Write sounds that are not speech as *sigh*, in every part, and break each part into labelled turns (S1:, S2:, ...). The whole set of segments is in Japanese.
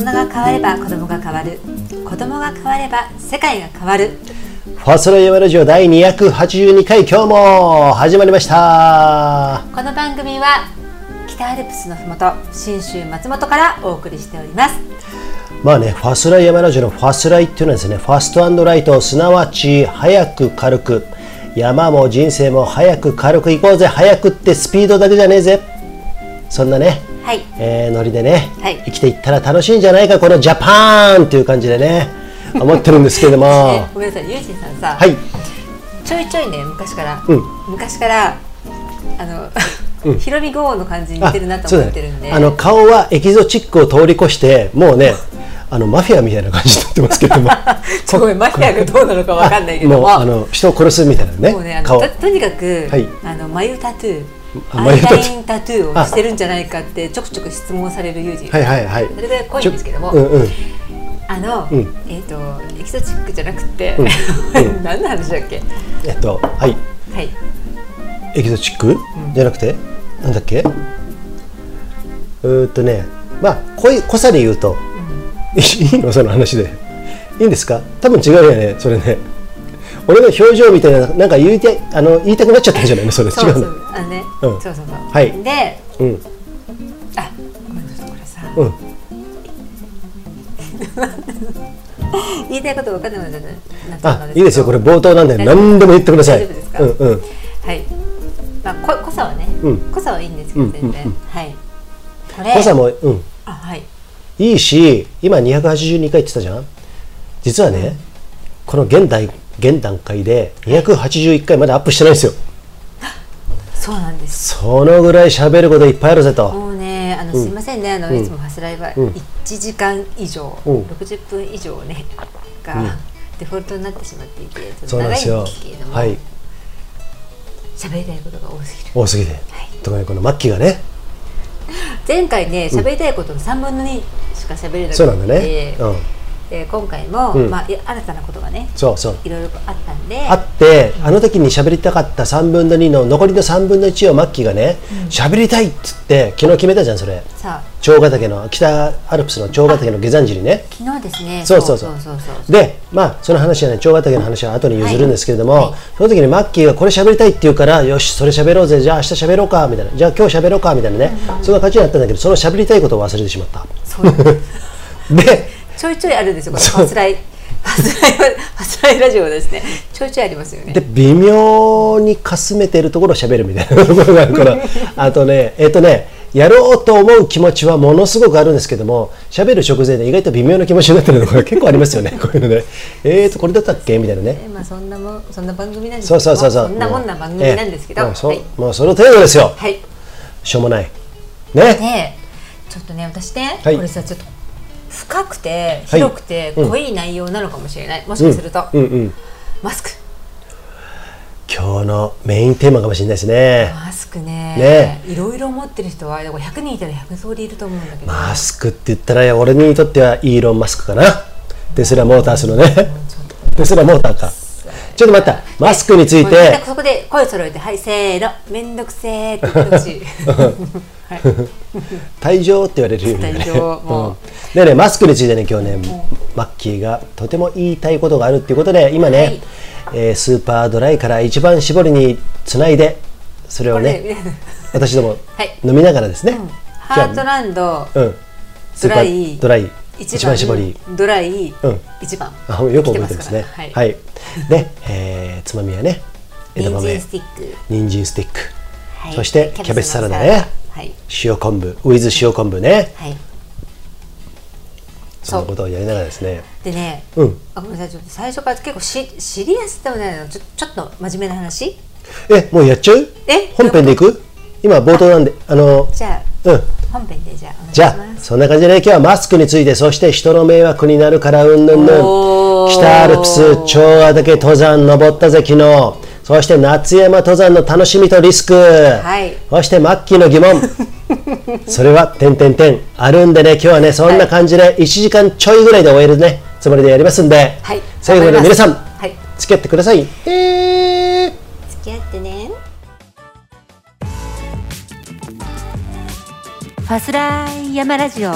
S1: ば子供が変わる子供が変われば世界が変わる
S2: ファーストライヤーラジオ第282回今日も始まりました
S1: この番組は北アルプスのふもと信州松本からお送りしております
S2: まあねファーストライヤーラジオのファーストライっていうのはですねファーストライトすなわち早く軽く山も人生も早く軽く行こうぜ早くってスピードだけじゃねえぜそんなね、
S1: はい
S2: えーノリでね、
S1: はい
S2: 生きていったら楽しいんじゃないかこのジャパーンっていう感じでね思ってるんですけれ
S1: *laughs*
S2: ども
S1: え
S2: は
S1: ごめんなさいユージンさんさ、
S2: い
S1: ちょいちょいね昔から、
S2: うん
S1: 昔からあの、ヒロミ豪の感じに似てるなと思ってるんで、
S2: あそうだねあの顔はエキゾチックを通り越してもうねあのマフィアみたいな感じになってますけ
S1: *laughs*
S2: ども
S1: すごいマフィアがどうなのかわかんないけど
S2: も
S1: も
S2: うあの人を殺すみたいなね
S1: もうねあの
S2: 顔
S1: ととにかく、
S2: はい
S1: あの眉タトゥー
S2: あ
S1: ア
S2: 眉
S1: イ
S2: タトゥー
S1: ラインタトゥーをしてるんじゃないかってちょくちょく質問される友人、
S2: はいはいはい
S1: それぐらい濃いんですけども、
S2: ちょうんうん、
S1: あの、
S2: ん
S1: えっ、とエキゾチックじゃなくて、
S2: うんう
S1: *laughs* 何の話だっけ
S2: えっとはい
S1: はい
S2: エキゾチック、じゃなくてなんだっけうーっとねまあ濃い濃さで言うと、いいのその話でいいんですか多分違うよねそれね俺の表情みたいななんか言いたいあの言いたくなっちゃったんじゃないのそれ
S1: そう
S2: 違
S1: そううあのね、
S2: うん
S1: そうそうそう、
S2: はい
S1: で
S2: のうん
S1: あごめんなさいこれさ
S2: うん
S1: *laughs* 言いたいこと分かんなくなっちゃったなっちゃった
S2: あ
S1: んけど
S2: いいですよこれ冒頭なんで
S1: 大丈夫
S2: 何でも言ってください
S1: 大丈夫ですか
S2: うんうん
S1: はいまあこ濃さはね、
S2: うん
S1: 濃さはいいんですけど全然、
S2: うんうん
S1: はいこれ
S2: 濃さもうん
S1: あはい
S2: いいし今282回って言ったじゃん実はねこの現代現段階で281回まだアップしてないんですよ
S1: そうなんです
S2: そのぐらい喋ることいっぱいあるぜと
S1: もうね、あの、すいませんね、あの、いつもファスライは一時間以上、
S2: うん
S1: 六十分以上ね。が、デフォルトになってしまっていて、ちょっ
S2: そ
S1: と
S2: うなんで
S1: 長い
S2: す
S1: ん
S2: よ
S1: ですけれども、
S2: はい
S1: 喋りたいことが多すぎる。
S2: 多すぎて特にこの末期がね
S1: 前回ね、喋りたいことの三分の二しか喋れなくて、
S2: そうなんだねうん
S1: で今回も、
S2: うん
S1: まあ、いや新たなことがね、
S2: そうそう
S1: いろいろあったんで。
S2: あってあの時に喋りたかった3分の2の残りの3分の1をマッキーがね喋りたいっつって昨日決めたじゃんそれ
S1: さあ、
S2: 長ヶ岳の北アルプスの長ヶ岳の下山時にね
S1: 昨日ですね。
S2: そうそうそう
S1: そうそうそう
S2: でまあその話はね長ヶ岳の話は後に譲るんですけれども、
S1: はいはい
S2: その時にマッキーがこれ喋りたいって言うからよしそれ喋ろうぜじゃあ明日喋ろうかみたいなじゃあ今日喋ろうかみたいなね、そんな感じになったんだけどその喋りたいことを忘れてしまった
S1: そういう
S2: で
S1: ちょいちょいあるんですよ。このファスライ。ファスライは、ファスライラジオはですね。ちょいちょいありますよね
S2: で。微妙にかすめてるところを喋るみたいなところがある
S1: *laughs*
S2: からあとねえっ、とねやろうと思う気持ちはものすごくあるんですけども喋る直前で意外と微妙な気持ちになってるのが結構ありま
S1: *laughs*
S2: すよねこういうのでえーとこれだったっけみたいなね
S1: えまあそんなもんそんな番組なんですけ
S2: そ
S1: ど
S2: うそうそうそう
S1: そんなもんな番組なんですけど、
S2: ええうんそう
S1: はい、
S2: もうその程度ですよ
S1: はい、
S2: しょうもないね
S1: でちょっとね私ね、
S2: はい
S1: これさちょっと深くて広くて
S2: うん
S1: 濃い内容なのかもしれない、もしかすると、
S2: うんうん
S1: マスク
S2: 今日のメインテーマかもしれないですね
S1: マスクね
S2: ね
S1: いろいろ持ってる人はだから100人いたら100通りいると思うんだけど、
S2: マスクって言ったら俺にとってはイーロン・マスクかなテスラモータースのねテスラモーターかちょっと待ったマスクについ
S1: これみん
S2: て
S1: なそこで声揃えてはいせーのめんどくせーって言ってほしい
S2: *laughs*
S1: はい
S2: 退場って言われるよね
S1: 退場もう
S2: うんでねマスクについてね今日ねマッキーがとても言いたいことがあるっていうことで今ね、
S1: はい
S2: えースーパードライから一番絞りにつないでそれを
S1: これ、
S2: ね私ども
S1: はい
S2: 飲みながらですね、
S1: ハートランド
S2: じゃあうんス
S1: ド
S2: ーパ
S1: ライ
S2: ードライ
S1: 一
S2: 一
S1: 番
S2: 番絞り
S1: ドライ
S2: うん
S1: 一番、
S2: あよく覚えてますね
S1: 来から
S2: は
S1: はい
S2: い、ね、えーつまみはね枝
S1: 人
S2: 豆
S1: 参スティック、
S2: 人参スティック、
S1: はい
S2: そしてキャベツサラダね
S1: はい
S2: 塩昆布ウィズ塩昆布ね
S1: はい
S2: そんなことをやりながらですね
S1: でね、
S2: うん
S1: あごめんなさいちょっと最初から結構しシリアスでもないのちょちょっと真面目な話
S2: えもうやっちゃう
S1: え
S2: 本編でいく今冒頭なんであの
S1: じゃ
S2: うん
S1: あ本編でじゃあお願いし
S2: じゃ
S1: ま
S2: あ
S1: す
S2: そんな感じでね今日はマスクについてそして人の迷惑になるからうんぬんぬん
S1: おー
S2: 北アルプス長和岳登山登ったぜ昨日そして夏山登山の楽しみとリスク、
S1: い
S2: そしてマッキーの
S1: *laughs*
S2: 疑問それは点点点あるんでね今日はねそんな感じで1時間ちょいぐらいで終えるねつもりでやりますんで、
S1: はい
S2: 最後まで皆さん、
S1: はい
S2: 付き合ってくださいえー
S1: 付き合ってねファスライ山ラジオ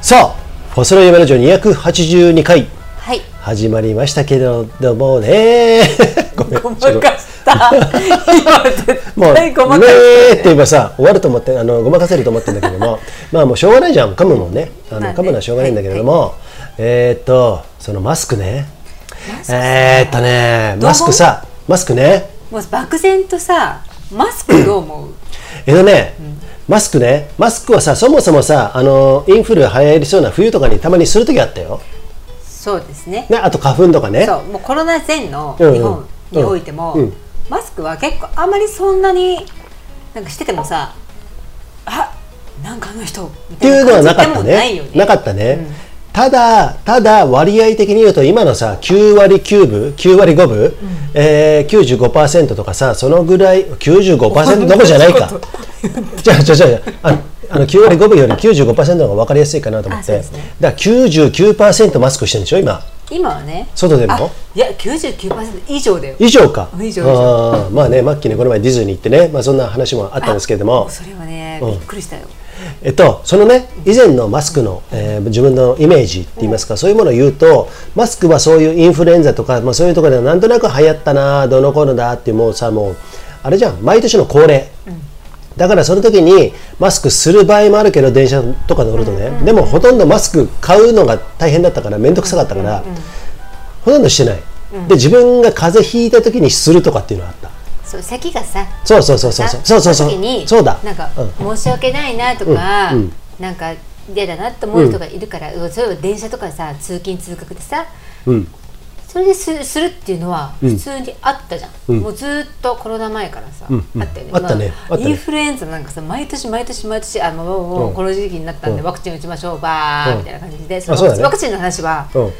S2: さあファスライヤマラジオ282回
S1: はい
S2: 始まりましたけれどもね *laughs* ごめん
S1: ごまかした今絶
S2: もう、
S1: 対ごまか
S2: ね
S1: し
S2: ーって言えばさ、終わると思って、あのごまかせると思ってんだけども、 *laughs* まあもうしょうがないじゃん、噛むもんね、あの
S1: まあね
S2: 噛むのはしょうがないんだけれども、えーっと、そのマスクね、
S1: たよ
S2: えーっとね、マスクさ、マスクね、
S1: もう漠然とさマスクどう思う
S2: えっとね、マスクね、マスクはさ、そもそもさ、あのインフル流行りそうな冬とかにたまにするときあったよ、
S1: そうですね
S2: ね、あと花粉とかね、
S1: そうもうコロナ前の
S2: うんうん
S1: 日本においても、
S2: うん
S1: マスクは結構あまりそんなになんかしててもさあなんかあの人み
S2: っていうのはなかった
S1: でもない
S2: ね
S1: よ。ね
S2: なかったね。ただ、ただ割合的に言うと今のさ9割9分9割5分、えー、95%とかさそのぐらい95%どこじゃないか
S1: *laughs*
S2: じゃあじゃあじゃあじゃああのあの9割5分より95%の方が分かりやすいかなと思っ
S1: あそう
S2: て
S1: ですね
S2: だから99%マスクしてるんでしょ今
S1: 今はね
S2: 外でも
S1: あいや99%以上だよ
S2: 以上か
S1: 以上以上
S2: あーまあねマッキーねこの前ディズニー行ってね、まあ、そんな話もあったんですけれども
S1: それはね、
S2: うん
S1: びっくりしたよ
S2: えっと、そのね以前のマスクの、えー自分のイメージって言いますか、そういうものを言うとマスクはそういうインフルエンザとか、まあ、そういうところではなんとなく流行ったなどの頃だってもうさもうあれじゃん毎年の恒例、だからその時にマスクする場合もあるけど電車とか乗るとね、でもほとんどマスク買うのが大変だったから面倒くさかったから、ほとんどしてない、で自分が風邪ひいた時にするとかっていうのがあった
S1: そう咳がさ
S2: そうそうそうそうそうそうそうそ
S1: 時に
S2: うそうだ
S1: なんか、
S2: うん
S1: 申し訳ないなとか、
S2: うんうん
S1: なんか嫌だなと思う人がいるから、うんそういえば電車とかさ通勤通学でさ
S2: うん
S1: それですするっていうのは普通にあったじゃん、
S2: うん
S1: もうずーっとコロナ前からさ、
S2: んうん
S1: あったよね,、
S2: あったねあった
S1: イ
S2: ね
S1: ンフルエンザなんかさ毎年毎年毎年あもうもうもう
S2: うん
S1: この時期になったんで、
S2: うん
S1: ワクチン打ちましょうバー、
S2: うん
S1: みたいな感じでその
S2: そうだね
S1: ワクチンの話は、
S2: うんうん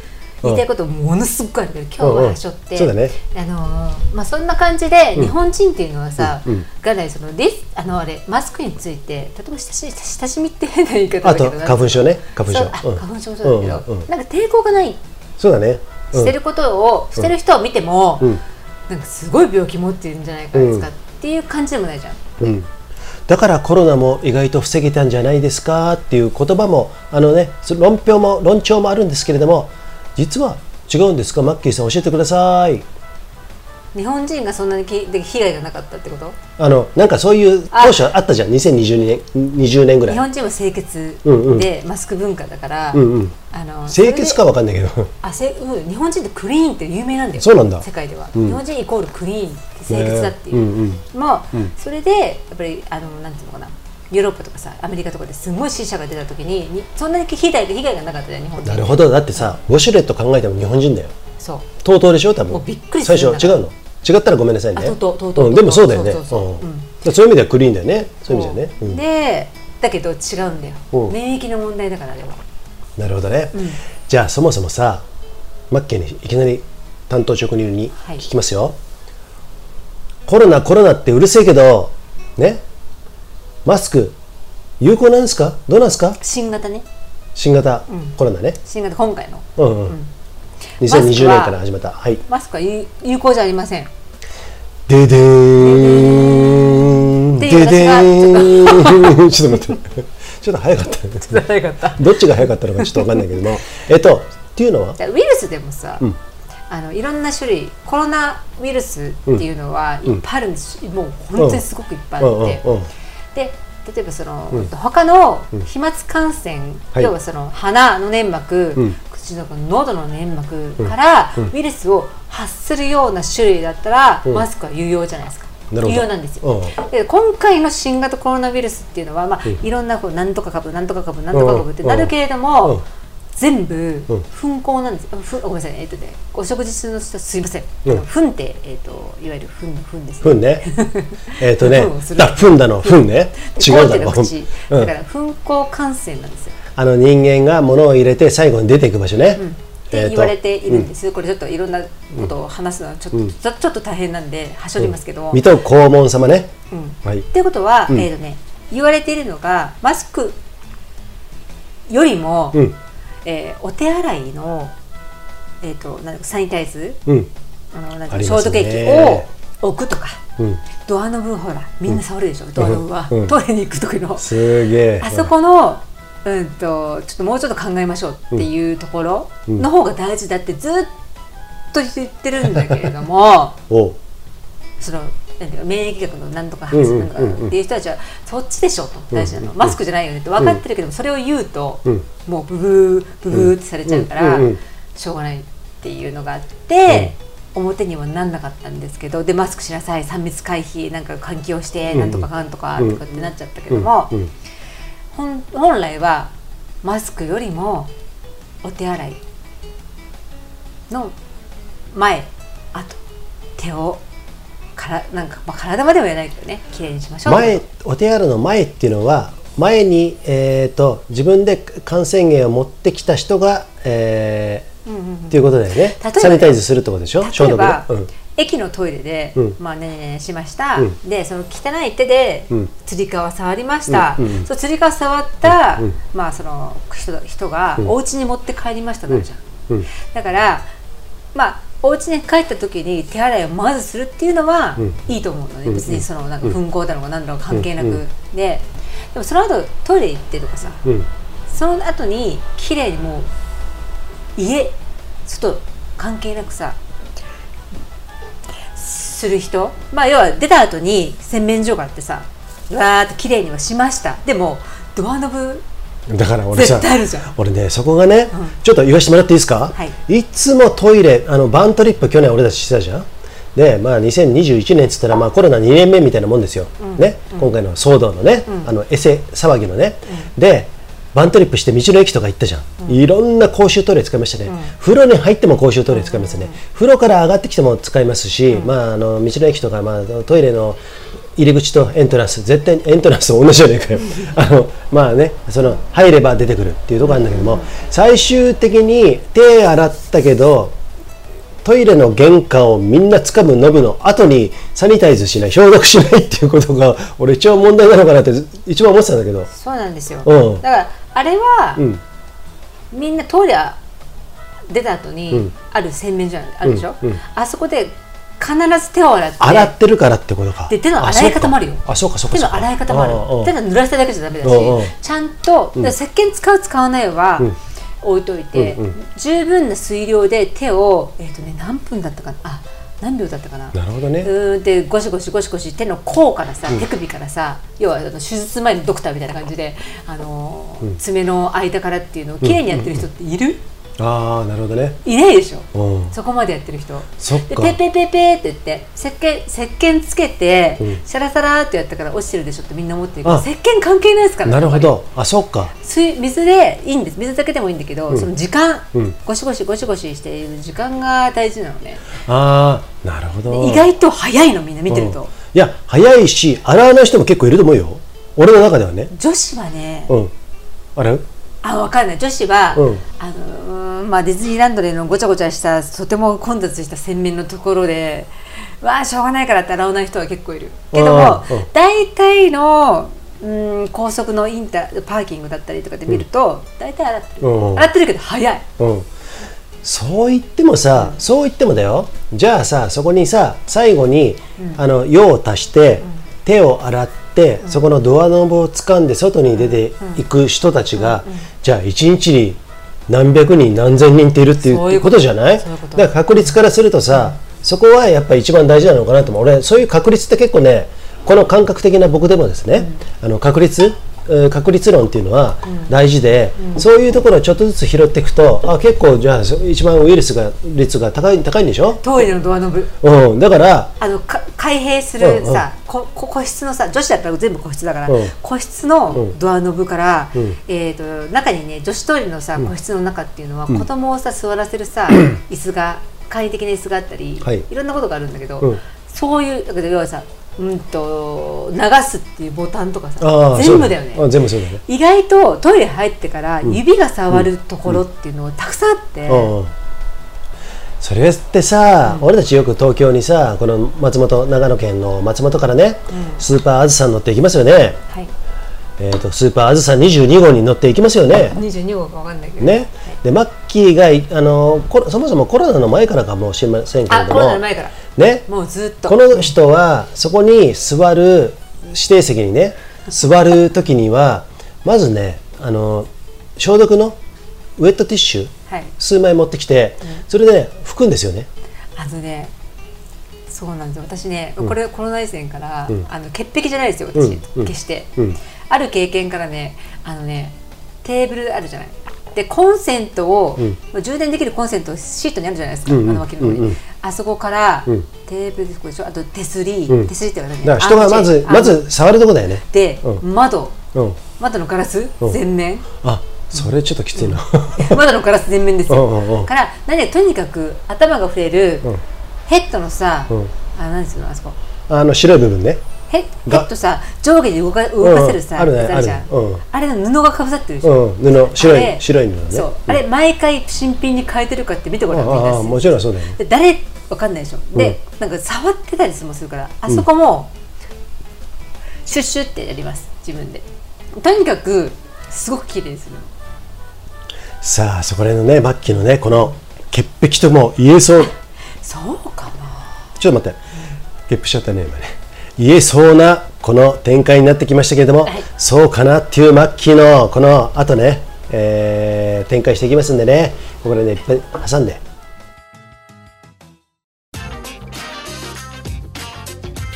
S1: 言いたいことものすごくあるけど今日ははしょって、
S2: うんうんそうだね
S1: あのーまあ、そんな感じで、日本人っていうのはさ、
S2: うんうん
S1: 元来そのリスあのあれマスクについてとても親しみ親しみって変な言い方だ
S2: あ
S1: けど
S2: と花粉症ね花粉
S1: そうあ
S2: 症、うん
S1: 花粉症もそうだけど、
S2: うんうんうん
S1: なんか抵抗がない
S2: そうだねうん
S1: してることを、してる人を見ても、
S2: うん
S1: なんかすごい病気持ってるんじゃないかですか、
S2: うん
S1: っていう感じでもないじゃん。
S2: うんだからコロナも意外と防げたんじゃないですかっていう言葉もあのねそ論評も論調もあるんですけれども実は違うんですかマッキーさん教えてください
S1: 日本人がそんなにきで被害がなかったってこと
S2: あのなんかそういう
S1: あ
S2: 当初あったじゃん2022年20年ぐら
S1: 日
S2: い
S1: 本人は清潔
S2: うんうん
S1: でマスク文化だから、
S2: うんうん
S1: あの
S2: 清潔かわかんないけど *laughs*
S1: あせうん日本人ってクリーンって有名なんだよ
S2: そうなんだ
S1: 世界では、
S2: うん
S1: 日本人イコールクリーン清潔だっていう、
S2: ねうん
S1: まあ、それでやっぱりあのなんていうのかなヨーロッパとかさアメリカとかですごい死者が出た時ににそんなに被害被害がなかったじゃん日本人
S2: なるほどだってさウォシュレット考えても日本人だよ
S1: そう
S2: とうとうでしょ多分
S1: もうびっくりす
S2: 最
S1: る
S2: 初違うの違ったらごめんなさいね
S1: あとうとうとうとうん
S2: でもそうだよね
S1: そうそうそう
S2: うん
S1: うん
S2: だからそういう意味ではクリーンだよねそういう意味じゃねうん
S1: でだけど違うんだよ、
S2: うん
S1: 免疫の問題だからあれは
S2: なるほどね、じゃあそもそもさマッケンにいきなり担当職人に
S1: はい
S2: 聞きますよ、コロナコロナってうるせえけどねマスク有効なんですかどうなんですか
S1: 新型ね
S2: 新型コロナね、
S1: 新型今回の
S2: うんうん
S1: マス
S2: 2020
S1: ク
S2: 年
S1: は
S2: から始まったはい
S1: マスクは有有効じゃありません *laughs*
S2: ででーん
S1: って
S2: で
S1: いう
S2: でーん *laughs* ちょっと待ってちょっと早かったね
S1: 辛かった
S2: どっちが早かったのかちょっと分かんないけどもえっとっていうのは
S1: じゃあウイルスでもさ、あのいろんな種類コロナウイルスっていうのはいっぱいあるんです、もう本当にすごくいっぱいあって、
S2: うんうんうん
S1: で例えばその、他の飛沫感染、
S2: はい
S1: 要はその鼻の粘膜、
S2: ん
S1: 口のこの喉の粘膜からウイルスを発するような種類だったら、マスクは有用じゃないですか。
S2: なるほ
S1: 有
S2: ど
S1: 用なんですよ、
S2: う
S1: で今回の新型コロナウイルスっていうのは、まあいろんなこうなんとか株なんとか株なんとか株ってなるけれども、
S2: うん
S1: 全部
S2: うん
S1: 糞行なんです、あふごめんなさいえっとねお食事中の人すいません、
S2: うん
S1: 糞ってえっ、といわゆる糞の糞です
S2: ふんね。
S1: *laughs*
S2: えっとね
S1: ふんをす、る
S2: だ、ふんだの、ふんね。違うだ
S1: ろ
S2: ろ。
S1: 口
S2: う
S1: だ
S2: ん
S1: から糞行感染なんですよ、
S2: あの人間が物を入れて、最後に出ていく場所ね。
S1: って
S2: と
S1: 言われているんです、これちょっといろんなことを話すのはちょっと、ちょちょっと大変なんではしょりますけど、
S2: 水戸黄門様ね。はい。
S1: っていうことは、えーとね、言われているのがマスクよりも、
S2: うん。
S1: えーお手洗いの、えー、となんかサニタイズ
S2: うん。
S1: あのなん
S2: あ
S1: か
S2: り
S1: シ
S2: ま
S1: ョー
S2: す
S1: ト
S2: ね
S1: ケーキを置くとか、
S2: うん
S1: ドアノブほらみんな触るでしょ、ドアノブは、
S2: うん
S1: トイレに行く時の、
S2: すげえ。
S1: あそこのうんとちょっともうちょっと考えましょうっていうところの方が大事だってずっと言ってるんだけれど
S2: *laughs*
S1: も
S2: おう
S1: そのなんていうか免疫学のなんとか話なんとかっていう人たちはそっちでしょと大事なのマスクじゃないよねって分かってるけどもそれを言うと
S2: うん
S1: もうブブーブブーってされちゃうから
S2: うんうんうん
S1: しょうがないっていうのがあって。表にはなんなかったんですけどでマスクしなさい3密回避なんか換気をしてなんとかかんとかとかってなっちゃったけども、
S2: うんうん
S1: 本本来はマスクよりもお手洗いの前あと手をからなんか、まあ、体まではやらないけどね綺麗にしましょう
S2: 前お手洗いの前っていうのは前に、えー、と自分で感染源を持ってきた人が、えーっていうことだよね
S1: ばね
S2: サニタイズするってことでしょ消
S1: 例え
S2: 毒で
S1: ば、
S2: うん
S1: 駅のトイレで、
S2: ん
S1: まあねねねしました、
S2: うん
S1: でその汚い手で
S2: ん
S1: つり革触りました、
S2: うんうん
S1: そのつり革触った、
S2: うんうん
S1: まあその人人がお家に持って帰りましたなるじゃん、
S2: うん
S1: だからまあお家に帰った時に手洗いをまずするっていうのは
S2: ん
S1: いいと思うのね、
S2: ん
S1: 別にそのなんか噴光だろうが何だろうが関係なく、
S2: うんう
S1: ででもその後トイレ行ってとかさ
S2: うん
S1: その後に綺麗にもう家外関係なくさする人まあ要は出た後に洗面所があってさわーって綺麗にはしましたでもドアノブ
S2: だから俺さ
S1: 絶対あるじゃん
S2: 俺ねそこがね、
S1: ん
S2: ちょっと言わせてもらっていいですか、、
S1: はい
S2: つもトイレあのバーントリップ去年俺たちしてたじゃんでまあ、2021年っつったら、まあ、コロナ2年目みたいなもんですよ、ね今回の騒動のね、あのエセ騒ぎのね、でバントリップして道の駅とか行ったじゃん、いろんな公衆トイレ使いましたね、風呂に入っても公衆トイレ使いますね、風呂から上がってきても使いますし、まあ、あの道の駅とか、まあ、トイレの入り口とエントランス絶対にエントランス *laughs* と同じじゃないかよあのまあねその入れば出てくるっていうところなんだけども、最終的に手洗ったけどトイレの玄関をみんな掴むノブの後にサニタイズしない消毒しないっていうことが俺一応問題なのかなって一番思ってたんだけど
S1: そうなんですよ、
S2: うん
S1: だからあれは、
S2: うん
S1: みんなトイレ出た後にある洗面所あるでしょ、
S2: うんうん
S1: あそこで必ず手を洗って
S2: 洗ってるからってことか
S1: で手の洗い方もあるよ
S2: あそうかそうか
S1: 手
S2: そうか
S1: の洗い方もある
S2: うんうん
S1: 手の濡らしただけじゃダメだし
S2: うんうん
S1: ちゃんと、だから石鹸使う使わないは置いといて、
S2: うんう
S1: 十分な水量で手をえっ、とね何分だったかなあ何秒だったかな
S2: なるほどね
S1: うーんってゴシゴシゴシゴシ手の甲からさ、手首からさ要はあの手術前のドクターみたいな感じで、あのー爪の間からっていうのを綺麗にやってる人っている、
S2: ああなるほどね
S1: いないでしょ、
S2: うん
S1: そこまでやってる人
S2: そっ
S1: で
S2: か
S1: ペペペペって言って石鹸石鹸つけて、
S2: ん
S1: シャラシャラってやったから落ちてるでしょってみんな思ってるけど
S2: あ
S1: 石鹸関係ないですから
S2: なるほどあそっか
S1: 水水でいいんです水だけでもいいんだけど、その時間、
S2: うん
S1: ゴシゴシゴシゴシしている時間が大事なのね、
S2: ああなるほど
S1: 意外と早いのみんな見てると、
S2: うんいや早いし洗わない人も結構いると思うよ俺の中ではね
S1: 女子はね、
S2: うん洗う
S1: あわかんない女子は、
S2: うん
S1: あのーまあ、ディズニーランドでのごちゃごちゃしたとても混雑した洗面のところでわあしょうがないからって洗わない人は結構いるけども
S2: あーうん
S1: 大体の、うん、高速のインターパーキングだったりとかで見ると、大体洗ってる、
S2: うん
S1: 洗ってるけど早い
S2: うんそう言ってもさ、そう言ってもだよじゃあさそこにさ最後に、あの用を足して、手を洗って、そこのドアノブを掴んで外に出ていく人たちが、じゃあ一日に何百人何千人っているってい
S1: そういう
S2: う
S1: こ
S2: こととじゃない
S1: そういうこと
S2: だから確率からするとさ、そこはやっぱり一番大事なのかなと思う俺そういう確率って結構ねこの感覚的な僕でもですね、あの確率えー確率論っていうのは大事で、そういうところをちょっとずつ拾っていくとあ結構じゃあそ一番ウイルスが率が高い高いんでしょ、
S1: トイレのドアノブ
S2: うん、だから
S1: あのか開閉する
S2: うんうん
S1: さ、ここ個室のさ女子だったら全部個室だから、
S2: うん
S1: 個室の
S2: ん
S1: ドアノブから、
S2: ん
S1: えー、と中にね女子トイレのさ、個室の中っていうのは、子供をさ座らせるさ、椅子が簡易的な椅子があったり、
S2: はい
S1: い、ろんなことがあるんだけど、
S2: うん
S1: そういうだけど要はさうんと流すっていうボタンとか
S2: あ
S1: さ
S2: ー
S1: 全部だよね
S2: そうあ全部そうだね、
S1: 意外とトイレ入ってから指が触るところっていうのはたくさんあって、
S2: うん、それってさ、俺たちよく東京にさこの松本長野県の松本からね、スーパーあずさに乗っていきますよね、
S1: はい、
S2: えー、とスーパーあずさ22号に乗っていきますよね。
S1: 22号かわかんないけど、
S2: ね、でマッキーがいあのコロそもそもコロナの前からかもしれませんけれ
S1: あ
S2: ど
S1: コロナの
S2: も、
S1: 前から
S2: ね、
S1: もうずっと
S2: この人はそこに座る指定席にね座る時にはまずねあの消毒のウェットティッシュ
S1: はい
S2: 数枚持ってきて、それでね拭くんですよね
S1: あのねそうなんですよ私ねこれコロナ以前から、あの潔癖じゃないですよ私、
S2: うん
S1: 決して、
S2: うん
S1: ある経験からねあのねテーブルあるじゃないでコンセントを、充電できるコンセントシートにあるじゃないですか、
S2: うんうん
S1: あの脇の方に、
S2: うんうん
S1: あそこから、
S2: ん
S1: テーブルでこうでしょあと手すり、
S2: うん
S1: 手すりって言われ
S2: だから人がまずまず触るとこだよね
S1: で、
S2: う
S1: 窓
S2: うん
S1: 窓のガラス
S2: うん
S1: 全面
S2: あそれちょっときついな、
S1: *laughs* 窓のガラス全面です
S2: うんうんう
S1: よ
S2: ん
S1: から何かとにかく頭が触れる、
S2: うん
S1: ヘッドのさ、
S2: うん
S1: あ何ですよあそこ
S2: あの白い部分ね
S1: ヘッヘ
S2: が
S1: ッドさ上下で動か動かせるさ、
S2: うんうんあるね
S1: やつじゃん
S2: あるねうん
S1: あれの布がかぶさってるでしょ、
S2: うん布白
S1: あれ
S2: い白い布ね
S1: そうあれ毎回新品に変えてるかって見てごらんみん
S2: ああ
S1: な
S2: もちろんそうだよね
S1: で誰わかんないでしょで、なんか触ってたりもするからあそこも、シュッシュってやります自分でとにかくすごく綺麗にするの
S2: さあそこら辺のねマッキーのねこの潔癖とも言えそう
S1: そうかな
S2: ちょっと待ってゲップしちゃったね今ね言えそうなこの展開になってきましたけれども、
S1: はい
S2: そうかなっていうマッキーのこの後ね、えー展開していきますんでねここらねいっぱい挟んで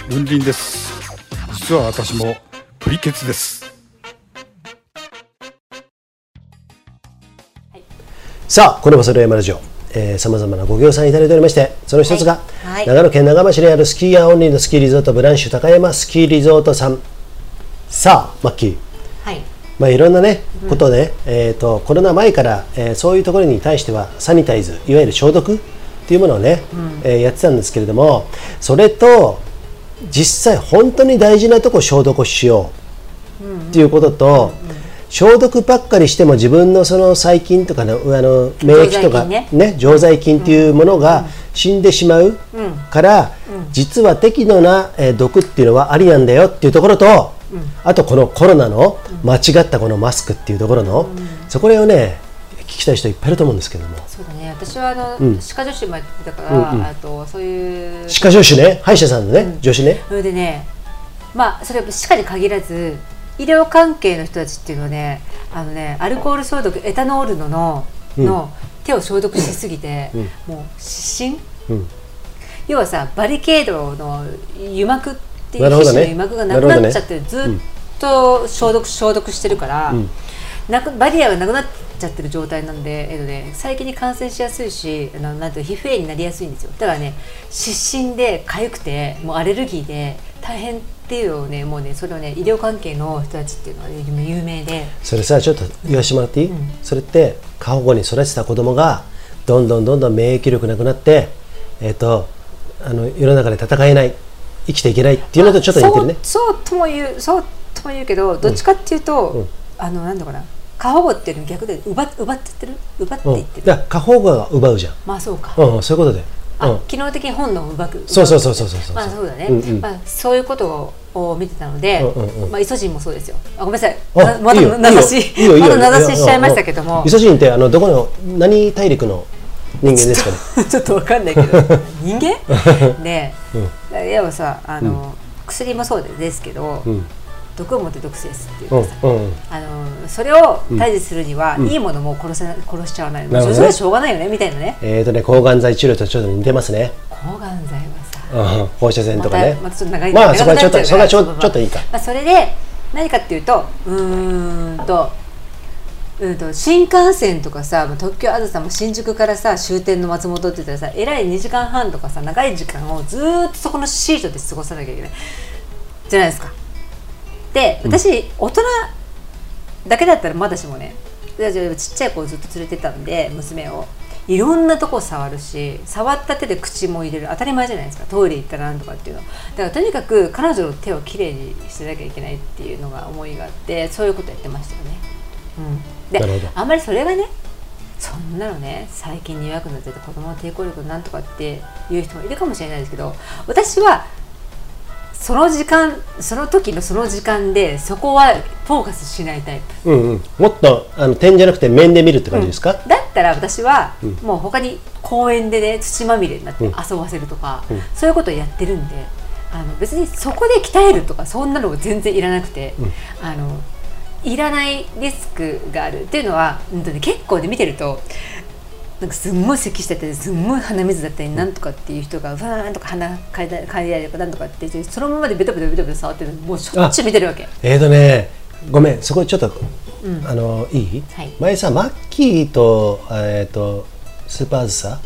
S3: ルンリンです実は私もプリケツです
S2: さあこの場所の山ラジオさまざまなご協賛いただいておりましてその一つが、
S1: はいはい
S2: 長野県長浜市にあるスキーヤーオンリーのスキーリゾートブランシュ高山スキーリゾートさんさあマッキー
S1: はい
S2: まあ、いろんな、ねことで、えー、とコロナ前から、えーそういうところに対してはサニタイズいわゆる消毒っていうものをね、えーやってたんですけれどもそれと実際本当に大事なとこ消毒をしようっていうことと、消毒ばっかりしても自分のその細菌とかのあの免疫と
S1: 常在
S2: か
S1: 菌ね
S2: ね、常在菌というものが死んでしまうから、実は適度なえー毒っていうのはありなんだよっていうところと、あとこのコロナの間違ったこのマスクっていうところの、そこら辺をね聞きたい人いっぱいいると思うんですけども
S1: そうだね私はあの、歯科助手もやってたから、あとそういう
S2: 歯科助手ね歯医者さんのね助手ね
S1: それでねまあそれは歯科に限らず医療関係の人たちっていうのはねあのねアルコール消毒エタノールのの,、の手を消毒しすぎて、もう失神、
S2: うん
S1: 要はさバリケードの油膜っていう
S2: なるほ
S1: 皮
S2: ど
S1: 脂
S2: ね
S1: の油膜がなくなっちゃって、ず
S2: どね
S1: っと消毒消毒してるから、なくバリアがなくなっちゃってる状態なんで、えっとね、細菌に感染しやすいしあのなんていうの皮膚炎になりやすいんですよだからね湿疹で痒くてもうアレルギーで大変っていうのをねもうねそれをね医療関係の人たちっていうのは、ね、有名で
S2: それさちょっと言わしてもらっていい、それって過保護に育てた子供がどんどんどんどん免疫力なくなってえっ、とあの世の中で戦えない生きていけないっていうのとちょっと似てるね
S1: そうそうとも言うそうとも言うけどどっちかっていうと、あのなんだかな過保護っていうの逆で奪っ奪っちゃってる奪って
S2: う
S1: いっ
S2: ん
S1: て、る、
S2: だから過保護が奪うじゃん、
S1: まあそうか、
S2: うんうん、そういうことで、う
S1: あ
S2: ん、
S1: 機能的に本能を奪う
S2: そうそうそうそうそうそう
S1: まあそうだね、
S2: うんうん
S1: まあ、そういうことを見てたので、
S2: うんうんうん
S1: まあ、イソジンもそうですよあごめんなさい
S2: あ
S1: ままだ
S2: いいよ
S1: 名指
S2: いいよい
S1: しま
S2: いよいいよ
S1: だ名指ししちゃいましたけども
S2: イソジンってあのどこの何大陸の人間ですかね
S1: ちょっ *laughs* とわかんないけ
S2: *laughs*
S1: ど人間ねえ、要はさあの、薬もそうですけど、
S2: ん
S1: 毒を持って毒性ですっていう
S2: う
S1: か
S2: ん
S1: さ、
S2: うんうん
S1: あのそれを退治するには、いいものも殺せな殺しちゃわない、
S2: なるほどね
S1: それはしょうがないよねみたいなね
S2: えーとね抗がん剤治療とちょっと似てますね、
S1: 抗がん剤はさ
S2: うん、放射線とかね
S1: またまたちょっと長い
S2: まあそこはちょっと
S1: 長くな
S2: そこ
S1: ゃうから
S2: はちょちょっといいか
S1: まあ、それで何かっていうとうーんとうーんと新幹線とかさもう特急あずさも新宿からさ終点の松本って言ったらさえらい2時間半とかさ長い時間をずーっとそこのシートで過ごさなきゃいけないじゃないですか。で私、大人だけだったらまだしもねででちっちゃい子をずっと連れてたんで娘をいろんなとこ触るし触った手で口も入れる当たり前じゃないですかトイレ行ったらなんとかっていうのだからとにかく彼女の手をきれいにしてなきゃいけないっていうのが思いがあってそういうことやってましたよね、うん、で
S2: なるほど
S1: あんまりそれがねそんなのね最近に弱くなってて子供の抵抗力なんとかっていう人もいるかもしれないですけど私はその時間その時のその時間でそこはフォーカスしないタイプ
S2: うんうん、もっとあの点じゃなくて面で見るって感じですか、
S1: だったら私はもう他に公園でね土まみれになって遊ばせるとか、そういうことをやってるんであの別にそこで鍛えるとかそんなのも全然いらなくて、あのいらないリスクがあるっていうのは、うんとね、結構で、見てるとなんかすんごい咳してたりすんごい鼻水だったりなんとかっていう人がうわーんとか鼻かいだかいだりとかなんとかってそのままでベトベトベトベト触ってるのもうしょっちゅう見てるわけ。
S2: えーとねごめんそこちょっと、あのいい、
S1: はい
S2: 前さマッキーと,、えー、とスーパーズさ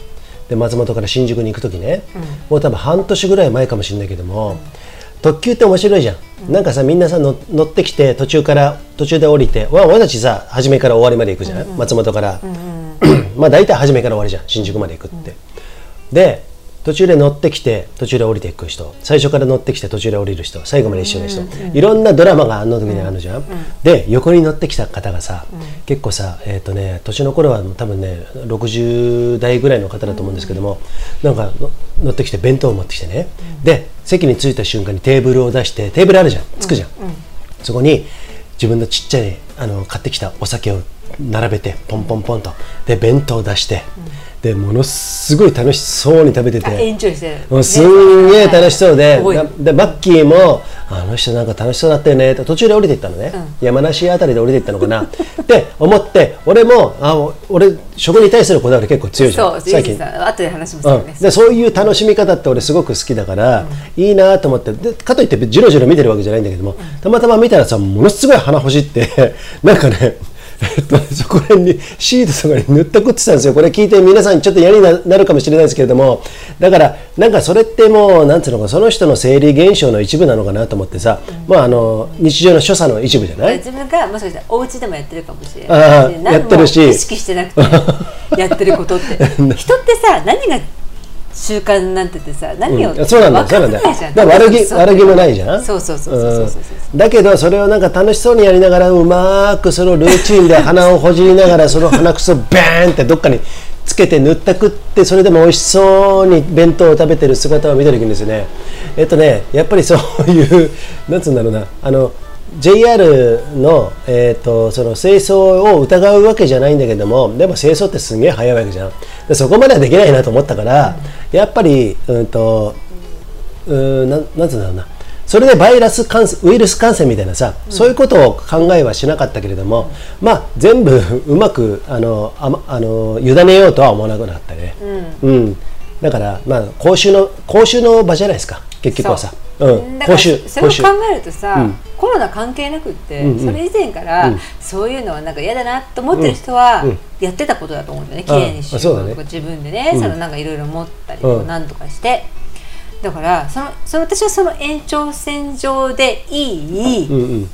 S2: で松本から新宿に行く時ね、もう多分半年ぐらい前かもしれないけども、特急って面白いじゃん、なんかさみんなさの乗ってきて途中から途中で降りてわ俺たちさ初めから終わりまで行くじゃない、松本から、 *clears throat* まあ大体初めから終わりじゃん新宿まで行くって、で途中で乗ってきて途中で降りていく人最初から乗ってきて途中で降りる人最後まで一緒の人、いろんなドラマがあの時にあるじゃん、で横に乗ってきた方がさ、結構さえっ、とね年の頃は多分ね60代ぐらいの方だと思うんですけども、なんかの乗ってきて弁当を持ってきてね、で席に着いた瞬間にテーブルを出してテーブルあるじゃんつくじゃん、そこに自分のちっちゃいあの買ってきたお酒を並べてポンポンポンとで弁当を出して、でものすごい楽しそうに食べて
S1: あエ
S2: て
S1: ンジョイしてる。
S2: もうすんげえ楽しそうで,
S1: 覚え
S2: な、
S1: てる
S2: でマッキーも「あの人なんか楽しそうだったよね」と途中で降りていったのね、山梨あたりで降りていったのかなって思って俺もあお俺食に対するこだわり結構強いじゃ
S1: そ
S2: ん
S1: う、ジュースさん、後で話します
S2: う
S1: よ
S2: ん
S1: ね。
S2: でそういう楽しみ方って俺すごく好きだから、いいなと思ってでかといってじろじろ見てるわけじゃないんだけども、たまたま見たらさものすごい鼻ほじって *laughs* なんかねえっと、そこら辺にシートとかに塗ったくってたんですよ、これ聞いて皆さんちょっと嫌にななるかもしれないですけれども、だから、なんかそれってもう、なんていうのか、その人の生理現象の一部なのかなと思ってさ、まあ、あの日常の所作の一部じゃない、
S1: 自分がもしかしたらお家でもやってるかもしれ
S2: あ
S1: な
S2: あ
S1: いし何も
S2: やってるし
S1: 意識してなく
S2: *laughs*
S1: てやってることって人ってさ何が習慣になっててさ何を、
S2: うんそうなんだよ、
S1: 分
S2: そ
S1: か
S2: うなん
S1: ん
S2: だ
S1: ない
S2: よ。
S1: じゃん
S2: だから悪気
S1: そう
S2: 悪気もないじゃん。
S1: そうそうそうそうそうそうそう
S2: うんだけどそれをなんか楽しそうにやりながらうまーくそのルーチンで鼻をほじりながらその鼻くそバーンってどっかにつけて塗ったくってそれでも美味しそうに弁当を食べてる姿を見た時にですねえっとねやっぱりそういうなんつうんだろうなあの JR の,、えー、とその清掃を疑うわけじゃないんだけどもでも清掃ってすんげえ早いわけじゃんでそこまではできないなと思ったから、やっぱり、うん、とうーんなんなんつうんだろうなそれでバイラス感染ウイルス感染みたいなさ、そういうことを考えはしなかったけれども、まあ全部うまくあのあまあの委ねようとは思わなくなったね、うんだからまあ公衆の公衆の場じゃないですか結局はさ、
S1: そううんだか
S2: 公
S1: ら
S2: 衆
S1: それ
S2: 公
S1: を
S2: 衆
S1: 考えるとさ、
S2: うん
S1: コロナ関係なくって、
S2: うんうん
S1: それ以前から、そういうのはなんか嫌だなと思ってる人は、やってたことだと思うんだよね綺麗にしよう
S2: あそうだ
S1: と
S2: ね
S1: か自分でね、そのなんかいろいろ持ったりと
S2: う
S1: か
S2: ん
S1: なんとかして、だからそのその私はその延長線上でいい
S2: うんうん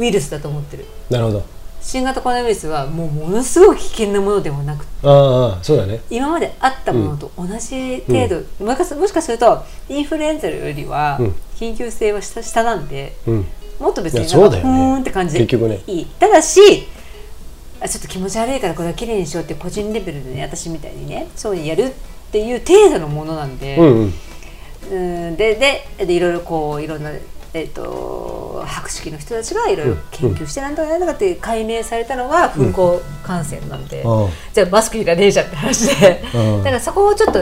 S1: ウイルスだと思ってる
S2: なるほど
S1: 新型コロナウイルスはもうものすごく危険なものではなくて
S2: ああああそうだね
S1: 今まであったものと同じ程度、もしかすもしかするとインフルエンザよりは
S2: ん
S1: 緊急性は下下なんで。
S2: うん
S1: もっと別に
S2: いや
S1: なんか
S2: そうだよ
S1: ふ
S2: ね
S1: ーんって感じで
S2: 結局ね
S1: いいただしあちょっと気持ち悪いからこれは綺麗にしようって個人レベルでね私みたいにねそうやるっていう程度のものなんで、
S2: うんうん
S1: うんでででいろいろこういろんな、えっと博識の人たちがいろいろ研究してなんとかなんとかって解明されたのが風光感染なんで、
S2: うん
S1: じゃあマスクいらねえじゃんって話で、
S2: うん
S1: だからそこをちょっと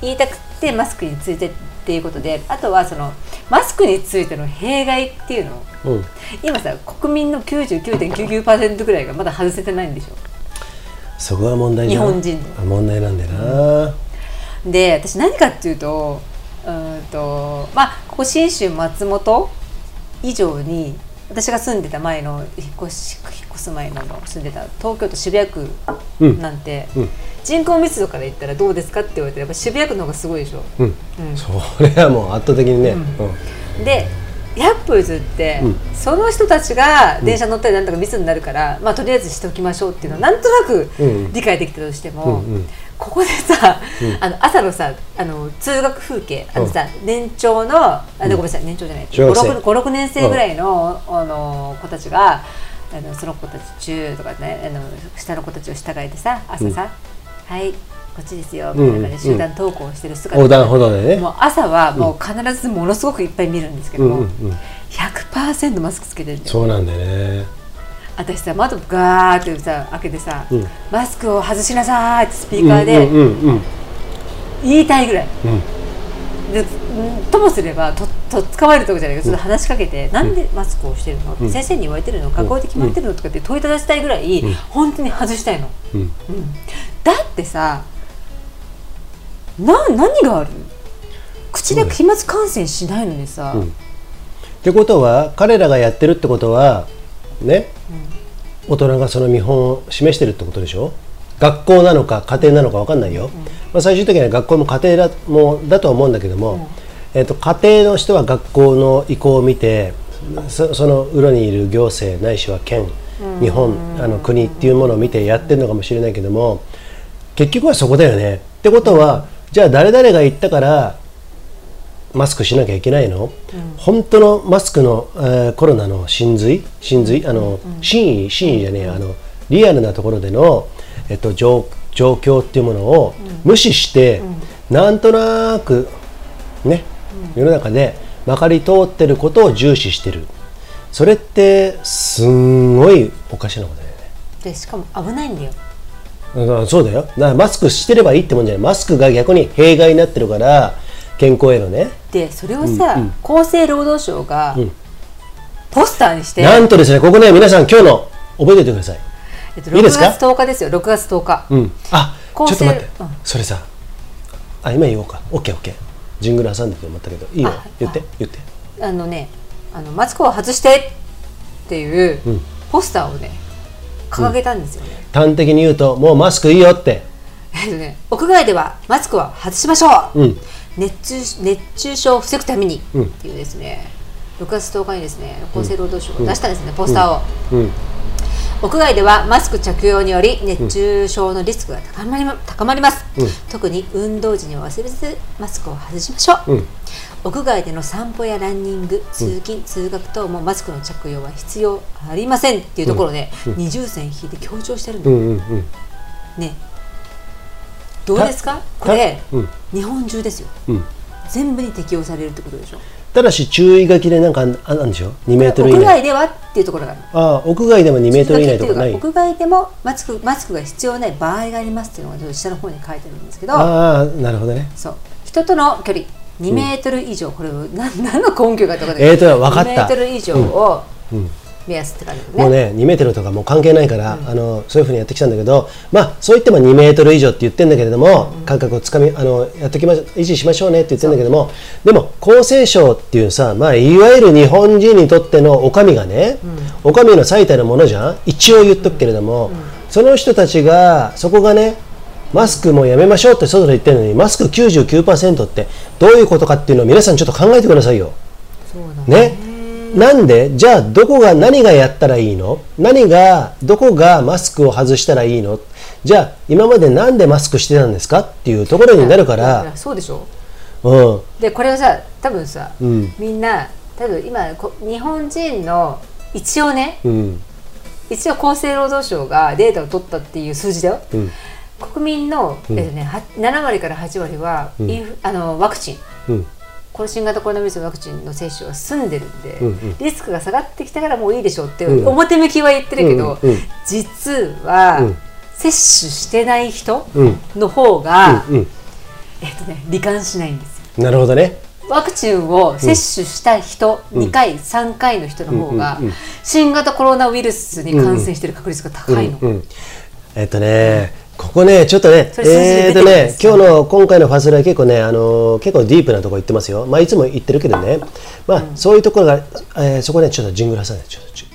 S1: 言いたくてマスクについてっていうことであとはそのマスクについての弊害っていうのを
S2: うん
S1: 今さ国民の99.99%ぐらいがまだ外せてないんでしょ
S2: そこが問題じゃん
S1: 日本人
S2: あ問題なんだよな、
S1: で私何かっていうとうーんとまあここ信州松本以上に私が住んでた前の引っ越し引っ越す前の住んでた東京都渋谷区
S2: うん
S1: なんて、
S2: うん
S1: 人口密度から言ったらどうですかって言われてやっぱ渋谷区の方がすごいでしょ。
S2: うん
S1: うん
S2: それはもう圧倒的にね、うん
S1: で100歩譲って、
S2: うん
S1: その人たちが電車乗ったりなんとか密になるから、まあ、とりあえずしておきましょうっていうのはなんとなく
S2: うんうん
S1: 理解できたとしても、
S2: うんうん
S1: ここでさ、あの朝のさあの通学風景あのさ、年長のあのごめんなさい年長じゃない
S2: 小学生
S1: 56年生ぐらいの,、あの子たちがあのその子たち中とかねあの下の子たちを従えてさ朝さ、はいこっちですよみたいな感じで集団登校してる姿
S2: 横断歩道でね
S1: もう朝はもう必ずものすごくいっぱい見るんですけども、
S2: うんうんうん
S1: 100%マスクつけてるんだよ
S2: そうなんだよね
S1: 私さ窓ガーってさ開けてさ、
S2: ん
S1: マスクを外しなさいってスピーカーで
S2: うんうんうん
S1: 言いたいぐらい、
S2: うん
S1: でうんともすればととっ捕まえるとかじゃないけどちょっと話しかけて、なんでマスクをしてるの、って先生に言われてるの学校で決まってるのとかって問いただしたいぐらい、本当に外したいの、
S2: うん
S1: うんだってさな何がある口で飛沫感染しないのにさ、
S2: んってことは彼らがやってるってことはね、大人がその見本を示してるってことでしょ学校なのか家庭なのか分かんないよ、まあ、最終的には学校も家庭だもうだとは思うんだけども、えっと家庭の人は学校の意向を見てそその裏にいる行政ないしは県日本あの国っていうものを見てやってるのかもしれないけども結局はそこだよねってことはじゃあ誰々が言ったからマスクしなきゃいけないの、本当のマスクの、えーコロナの真髄真髄あの、真意真意じゃねえやあのリアルなところでの、えっと、状状況っていうものを無視して、なんとなくね世の中でまかり通ってることを重視してるそれってすんごいおかしなことだよね
S1: でしかも危ないんだよ
S2: うんそうだよだからマスクしてればいいってもんじゃないマスクが逆に弊害になってるから健康へのね
S1: でそれをさ、厚生労働省が、ポスターにして、
S2: なんとですね、ここね、皆さん、今日の覚えておいてください。
S1: えっと、
S2: いい
S1: 6
S2: ですか
S1: 月10日ですよ6月10日、
S2: うん、あちょ
S1: 構成
S2: っと待って、
S1: うん
S2: それさ、あ今言おうか、OK、OK、ジングル挟んでて思ったけど、いいよ
S1: あ、
S2: 言って
S1: あ、
S2: 言って。
S1: あのねあのマツコを外してっていうポスターをね掲げたんですよね、
S2: 端的に言うと、もうマスクいいよって、
S1: えっとね屋外ではマスクは外しましょう、
S2: うん
S1: 熱中熱中症を防ぐためにって
S2: うん
S1: いうですね、6月10日にですね厚生労働省が出したんですね、ポスターを、
S2: うん、
S1: 屋外ではマスク着用により熱中症のリスクが高まり,、高まります、特に運動時には忘れずマスクを外しましょう、
S2: うん
S1: 屋外での散歩やランニング通勤、通学等もマスクの着用は必要ありませんっていうところで、二重線引いて強調してるんだ
S2: う
S1: よ
S2: ん、うん、うん、
S1: ねどうですか
S2: た
S1: これ、
S2: うん
S1: 日本中ですよ、
S2: うん
S1: 全部に適用されるってことでしょ
S2: ただし、注意書きでなんかああなんでしょ2メートル以
S1: 屋外
S2: 内。
S1: ではっていうところがある
S2: あ屋外でも2メートル以内とかない。
S1: 屋外でもマスクマスクが必要ない場合がありますっていうのがちょっと下の方に書いてあるんですけど
S2: ああ、なるほどね。
S1: そう人との距離2メートル以上、これな何の根拠かとか
S2: えーと分かった
S1: 2メートル以上を目安って感じだ
S2: も
S1: よ
S2: う
S1: ね、
S2: ね、2メートルとかもう関係ないから、あのそういうふうにやってきたんだけど、まあ、そう言っても2メートル以上って言ってるんだけれども、感覚をつかみあのやってきま維持しましょうねって言ってるんだけどもでも厚生省っていうさ、まあ、いわゆる日本人にとってのお上がね、お上の最たるものじゃん一応言っとくけれども、その人たちがそこがねマスクもやめましょうって外で言ってるのにマスク99%ってどういうことかっていうのを皆さんちょっと考えてくださいよ。
S1: そうなんだ
S2: ね、なんでじゃあどこが何がやったらいいの何がどこがマスクを外したらいいのじゃあ今までなんでマスクしてたんですかっていうところになるか
S1: いや
S2: ら、
S1: そうでしょ
S2: うん、
S1: でこれはさ多分さ、
S2: ん
S1: みんな多分今こ日本人の一応ね
S2: うん、
S1: 一応厚生労働省がデータを取ったっていう数字だよ、
S2: ん
S1: 国民の、えっとね、は7割から8割は、インフあのワクチン
S2: うん、
S1: この新型コロナウイルスのワクチンの接種が済んでるんで、
S2: んうん
S1: リスクが下がってきたからもういいでしょうって、
S2: うん
S1: 表向きは言ってるけど、
S2: うんうん
S1: 実は、
S2: うん
S1: 接種してない人
S2: うん
S1: の方が、
S2: うん、
S1: えっとね、罹患しないんですよ
S2: なるほどね。
S1: ワクチンを接種した人、2回3回の人の方が、新型コロナウイルスに感染してる確率が高いの、
S2: うん、えっとね、ここね、ちょっとね、
S1: それ数字
S2: え
S1: 出て
S2: っと
S1: るんで
S2: ね、
S1: す
S2: 今日の今回のファスラー結構ね、あのー結構ディープなとこ行ってますよ。まあいつも言ってるけどね、まあ、そういうところが、えーそこね、ちょっとジングル挟んで、ちょっとちょ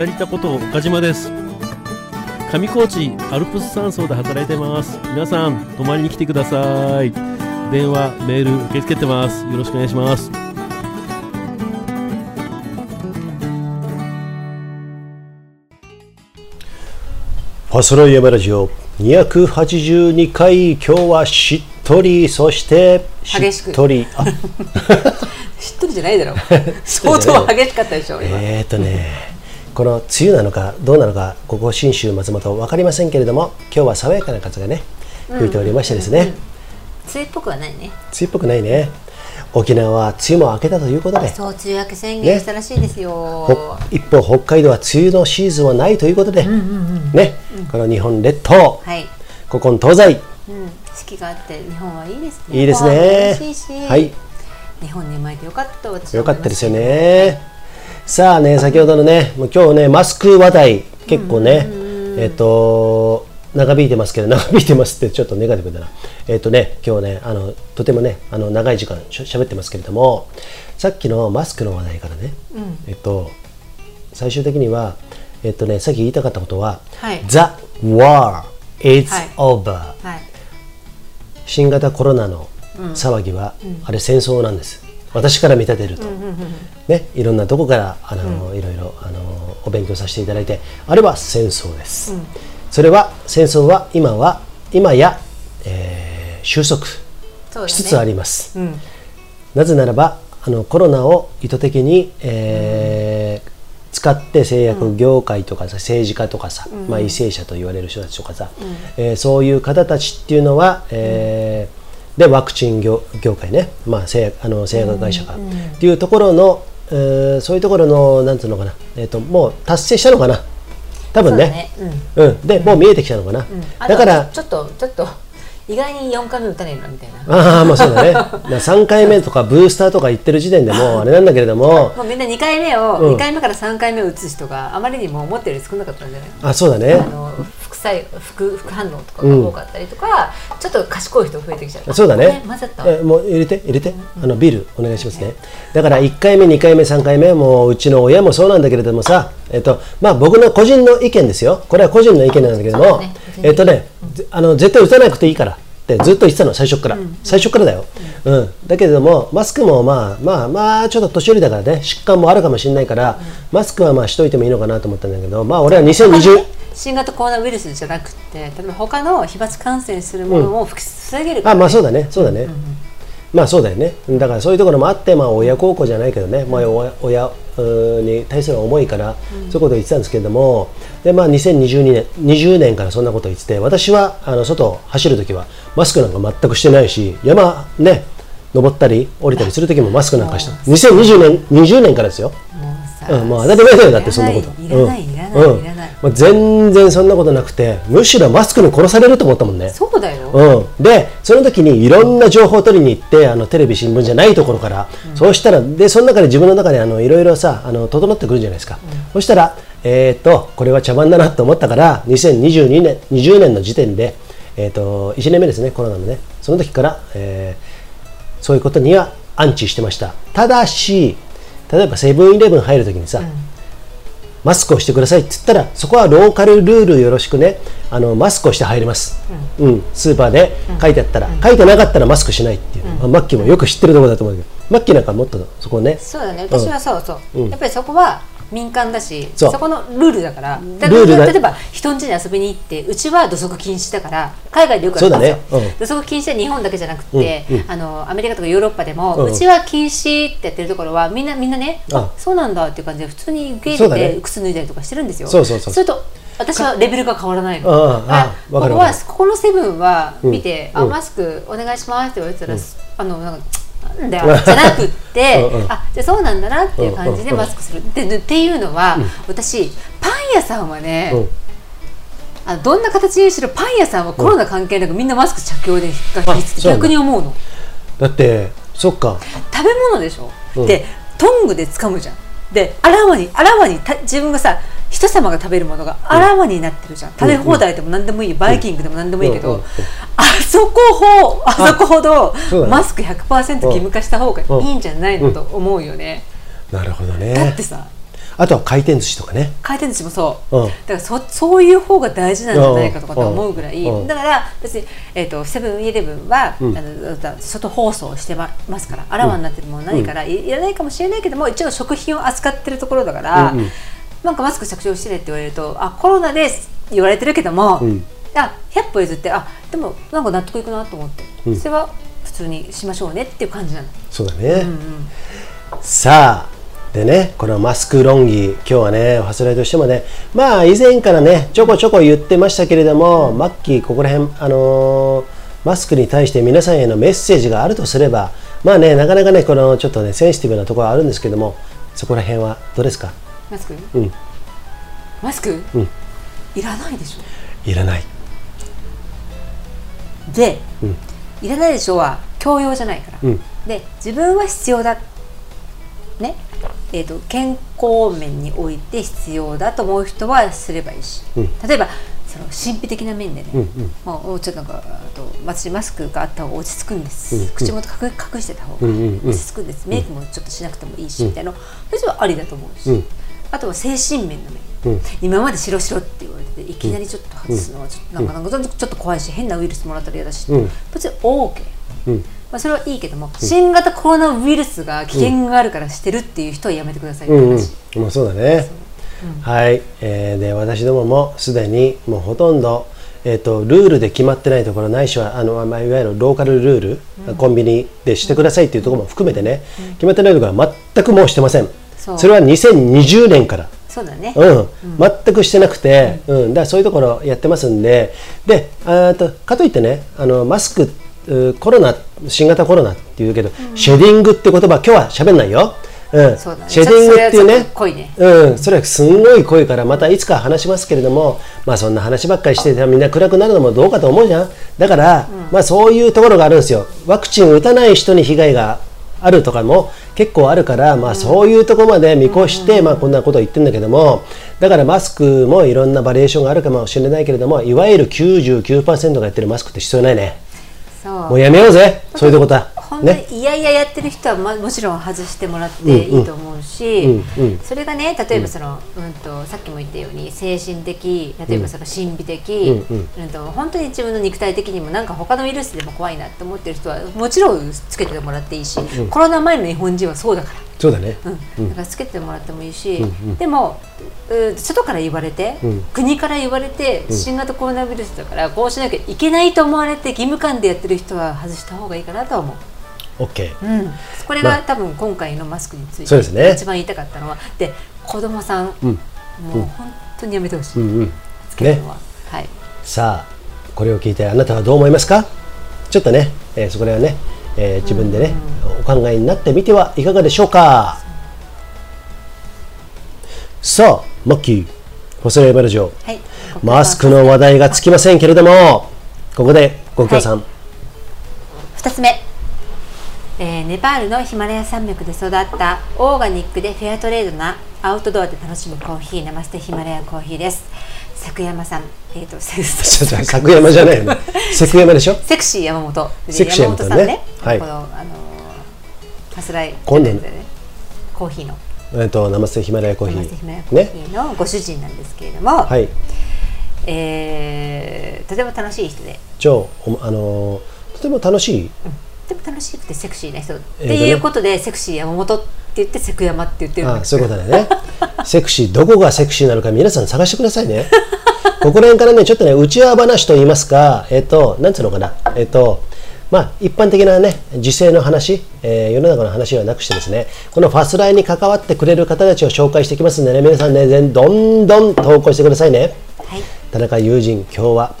S4: やりたこと岡島です上高地アルプス山荘で働いてます皆さん泊まりに来てください電話メール受け付けてますよろしくお願いします
S2: ファスライヤマラジオ282回今日はしっとりそして
S1: 激し
S2: し
S1: く
S2: っとりあ
S1: しっとりじゃない
S2: *laughs*
S1: だろう相当激しかったでしょ今、
S2: えーとねこの梅雨なのかどうなのかここ信州松本分かりませんけれども今日は爽やかな風がね吹いておりましてですね、梅
S1: 梅雨っぽくはないね
S2: 雨っぽくないね沖縄は梅雨も明けたということで
S1: そう梅雨明け宣言したらしいです
S2: ほ
S1: よ、
S2: 一方北海道は梅雨のシーズンはないということで、ねこの日本列島、
S1: はい
S2: 古今東西
S1: うん、四季があって日本はいいですね
S2: いいです
S1: ご飯も
S2: ね
S1: 美味しいし、
S2: はい
S1: 日本に生まれてよかったと私は
S2: よ
S1: 思
S2: か
S1: い
S2: った
S1: ます
S2: ですよね。さあね、先ほどのね、もう今日ね、マスク話題、結構ね、えっ、と、長引いてますけど、長引いてますってちょっとネガティブだな。えっ、とね、今日ね、あの、とてもね、あの、長い時間しゃ喋ってますけれども、さっきのマスクの話題からね、えっ、と、最終的には、えっ、とね、さっき言いたかったことは、
S1: はい
S2: The war is
S1: はい
S2: over、
S1: はい
S2: 新型コロナの騒ぎは、あれ戦争なんです私から見立てると、ね、いろんなとこからあの、いろいろあのお勉強させていただいてあれは戦争です、それは戦争は今は今や、えー収束
S1: そうだね
S2: しつつあります、
S1: ん
S2: なぜならばあのコロナを意図的に、えー使って製薬業界とかさ、政治家とかさ、まあ、為政者と言われる人たちとかさ、えーそういう方たちっていうのは、えーでワクチン業業界ね、まあ、製薬あの製薬会社が、っていうところの、えーそういうところのなんつうのかな、えー、ともう達成したのかな多分ね
S1: そうだね
S2: うんでもう見えてきたのかな、
S1: あと
S2: だから
S1: ちょっとちょっと意外に4回目打たねえなみたいな
S2: ああまあそうだね *laughs* だから3回目とかブースターとか言ってる時点でもうあれなんだけれども
S1: もうみんな2回目を、
S2: うん
S1: 2回目から3回目を打つ人があまりにも思ったより少なかったんじゃない
S2: あそうだ
S1: あ
S2: ね
S1: の副作用副副反応とかが多かったりとか、ちょっと賢い人増えてきちゃった
S2: そうだね
S1: ごめん混ざったわ
S2: えもう入れて入れてあのビールお願いしますねだから1回目2回目3回目もううちの親もそうなんだけれどもさえっとまあ僕の個人の意見ですよこれは個人の意見なんだけれど
S1: そう
S2: も
S1: だね個人の意見
S2: えっとねぜあの絶対打たなくていいからってずっと言ってたの最初から最初からだようんだけれどもマスクもまあまあまあちょっと年寄りだからね疾患もあるかもしれないからマスクはまあしといてもいいのかなと思ったんだけどまあ俺は2020
S1: 新型コロナウイルスじゃなくて例えば他の飛沫感染するものを防げる
S2: あまあ
S1: ね
S2: そうだねそうだね、まあそうだよねだからそういうところもあってまあ親孝行じゃないけどね、まあ、親親うーに対する思いからそういうことを言ってたんですけれども、でまあ2022年20年からそんなことを言ってて私はあの外を走るときはマスクなんか全くしてないし山ね登ったり降りたりするときもマスクなん
S1: *laughs*
S2: かした2020年20年からですよ
S1: もうさ
S2: うん、もう当たり前だよだってそんなこと
S1: いらない
S2: うん
S1: いらないいらない,、
S2: うんもう全然そんなことなくてむしろマスクに殺されると思ったもんね
S1: そうだよ、
S2: うん、でその時にいろんな情報を取りに行ってあのテレビ新聞じゃないところから、そうしたらでその中で自分の中であのいろいろさあの整ってくるじゃないですか、そしたらえっ、とこれは茶番だなと思ったから2022年20年の時点でえっ、と1年目ですねコロナのねその時から、えーそういうことにはアンチしてましたただし例えばセブンイレブン入る時にさ、マスクをしてくださいって言ったらそこはローカルルールよろしくねあのマスクをして入れます、うんスーパーで書いてあったら、書いてなかったらマスクしないっていう、まあマッキーもよく知ってるところだと思うけどマッキーなんかもっとそこをね
S1: そうだね私はそうそう、やっぱりそこは民間だし
S2: そ
S1: そうこのルールだからだ
S2: ルールだ
S1: 例えば人ん家に遊びに行ってうちは土足禁止だから海外でよくあ
S2: そ
S1: る
S2: うん
S1: で
S2: だ
S1: す
S2: ね
S1: よ、土足禁止は日本だけじゃなくて、
S2: うんう
S1: あのアメリカとかヨーロッパでも、
S2: う
S1: うんちは禁止ってやってるところはみんなみんなね
S2: あ
S1: あそうなんだっていう感じで普通に受け
S2: そう
S1: 入
S2: だ
S1: れて、
S2: ね
S1: 靴脱いだりとかしてるんですよ
S2: そうそうそう
S1: すると私はレベルが変わらないの
S2: ああああわ
S1: こ
S2: かる
S1: こ
S2: わか
S1: は
S2: る
S1: ここのセブンは見て、
S2: うん
S1: あマスクお願いしますって言われてたら、あのなんかなんだよじゃなくって
S2: うんうん
S1: あじゃあそうなんだなっていう感じ
S2: う
S1: で
S2: んうんう
S1: マ
S2: ん
S1: スクするででっていうのは、私パン屋さんはね、
S2: うん
S1: あどんな形にしろパン屋さんはコロナ関係なくみんなマスク着用でが必
S2: あ
S1: 須
S2: そうなんだ
S1: 逆に思うの
S2: だってそっか
S1: 食べ物でしょ、
S2: うん
S1: でトングで掴むじゃんであらわにあらわにた自分がさ人様が食べるものがあらわになってるじゃん、食べ放題でも何でもいいよバイキングでも何でもいいけど、
S2: うんうんうん
S1: あそこほあそこほど
S2: そうだね
S1: マスク100%義務化した方がいいんじゃないのと思うよね、
S2: なるほど
S1: だっ
S2: ね
S1: てさ
S2: あとは回転寿司とかね
S1: 回転寿司もそう、
S2: うん
S1: だからそそういう方が大事なんじゃないかとかと思うぐらい、
S2: うんうん
S1: だから別に、えー、とセブンイレブンは、
S2: ん
S1: あのだ外放送してまますからあらわになってるものないから、いいらないかもしれないけども一応食品を扱ってるところだから、
S2: うんうん
S1: なんかマスク着用してねって言われるとあコロナですって言われてるけども、
S2: ん
S1: あ100歩譲ってあでもなんか納得いくなと思って、それは普通にしましょうねっていう感じなの。
S2: そうだね、さあでねこのマスク論議今日はねファスライとしてもねまあ以前からねちょこちょこ言ってましたけれども、マッキーここら辺あのーマスクに対して皆さんへのメッセージがあるとすればまあねなかなかねこのちょっとねセンシティブなところはあるんですけどもそこら辺はどうですか
S1: マスク、
S2: うん
S1: マスク、
S2: うん
S1: いらないでしょ
S2: いらない
S1: で、
S2: うん
S1: いらないでしょは強要じゃないから、
S2: うん
S1: で自分は必要だねえー、と健康面において必要だと思う人はすればいいし、
S2: うん
S1: 例えばその神秘的な面でね、
S2: うんうん
S1: もうちょっとなんかあと私マスクがあった方が落ち着くんです、
S2: うんうん
S1: 口元隠隠してた方
S2: う
S1: が
S2: んうんうん
S1: 落ち着くんです、メイクもちょっとしなくてもいいし、みたいなの別はありだと思うし、
S2: うん
S1: あとは精神面の面
S2: うん
S1: 今まで白白って言われてていきなりちょっと外すのはちょっとなんかなんかちょっと怖いし変なウイルスもらったら嫌だし、
S2: うん
S1: 別に OK、
S2: うん
S1: まあ、それはいいけども、新型コロナウイルスが危険があるからしてるっていう人はやめてくださいって
S2: うんうん
S1: 話、
S2: まあそうだね、はい、えーで私どももすでにもうほとんど、えー、とルールで決まってないところないしはあの、まあ、いわゆるローカルルール、コンビニでしてくださいっていうところも含めてね、決まってないところは全くもうしてません
S1: そう
S2: それは2020年から
S1: そうだね、
S2: うん、全くしてなくて、うんだからそういうところやってますんでであーとかといってねあのマスクうーコロナ新型コロナっていうけど、シェディングって言葉今日は喋んないよ、うん
S1: そうだね
S2: シェディングっていう
S1: それはちょ
S2: ね
S1: っと濃いね
S2: うん、それはすんごい濃いからまたいつか話しますけれども、まあ、そんな話ばっかりしてたらみんな暗くなるのもどうかと思うじゃんだから、まあ、そういうところがあるんですよワクチン打たない人に被害があるとかも結構あるから、まあ、そういうところまで見越して、まあ、こんなことを言ってるんだけどもだからマスクもいろんなバリエーションがあるかもしれないけれどもいわゆる99%がやってるマスクって必要ないね
S1: そう
S2: もうやめようぜそういうとことは
S1: 本当
S2: ね
S1: にいやいややってる人は、ま、もちろん外してもらっていいと思うし、
S2: うんうん
S1: それがね例えばその、うんとさっきも言ったように精神的例えばその神秘的、
S2: う
S1: うんんと本当に自分の肉体的にもなんか他のウイルスでも怖いなって思ってる人はもちろんつけてもらっていいし、コロナ前の日本人はそうだから。
S2: そうだね、
S1: うん、だからつけてもらってもいいし、でもう外から言われて、国から言われて新型コロナウイルスだからこうしなきゃいけないと思われて義務感でやってる人は外した方がいいかなとは思う。
S2: OK
S1: うん、これ
S2: まあ
S1: が多分今回のマスクについ
S2: そうですね
S1: て一番言いたかったのは、で子供さん、もう本当にやめてほしい、
S2: うんうん
S1: つけるのは、はい、
S2: さあこれを聞いてあなたはどう思いますかちょっとね、えーそこら辺はね、えー自分でね、お考えになってみてはいかがでしょうかさあマッキー細谷バルジオ
S1: はい、
S2: マスクの話題がつきませんけれどもここでご協賛、
S1: 2つ目、えーネパールのヒマラヤ山脈で育ったオーガニックでフェアトレードなアウトドアで楽しむコーヒーナマステヒマラヤコーヒーです作山さん、えー、とセク
S2: *laughs* ちょっと角山じゃな
S1: *laughs*
S2: いよね関山でしょ
S1: セクシー山本で
S2: セクシー山
S1: 山
S2: 本
S1: 本さん
S2: ね
S1: ね
S2: はい
S1: このあのーさすらい
S2: 今度
S1: ねコーヒーの
S2: えっ、とナマステヒマラヤコーヒ
S1: 山
S2: ー
S1: 瀬ひまやコーヒ
S2: ね
S1: ーのご主人なんですけれども、
S2: はい
S1: えーとても楽しい人で
S2: 超おあのーとても楽しい
S1: とても楽しくてセクシーな人って
S2: えーとね
S1: いうことで、セクシー山本って言ってセク山って言ってるん
S2: あ
S1: で
S2: あ
S1: す
S2: そ
S1: け
S2: ういう
S1: ど
S2: ことだよねセクシーどこがセクシーなのか皆さん探してくださいねここら辺からねちょっとねうちわ話と言いますかえっ、となんつうのかなえっ、とまあ一般的なね時勢の話、えー世の中の話ではなくしてですねこのファスライに関わってくれる方たちを紹介していきますんでね皆さんね全どんどん投稿してくださいね
S1: はい *laughs*
S2: 田中友人今日は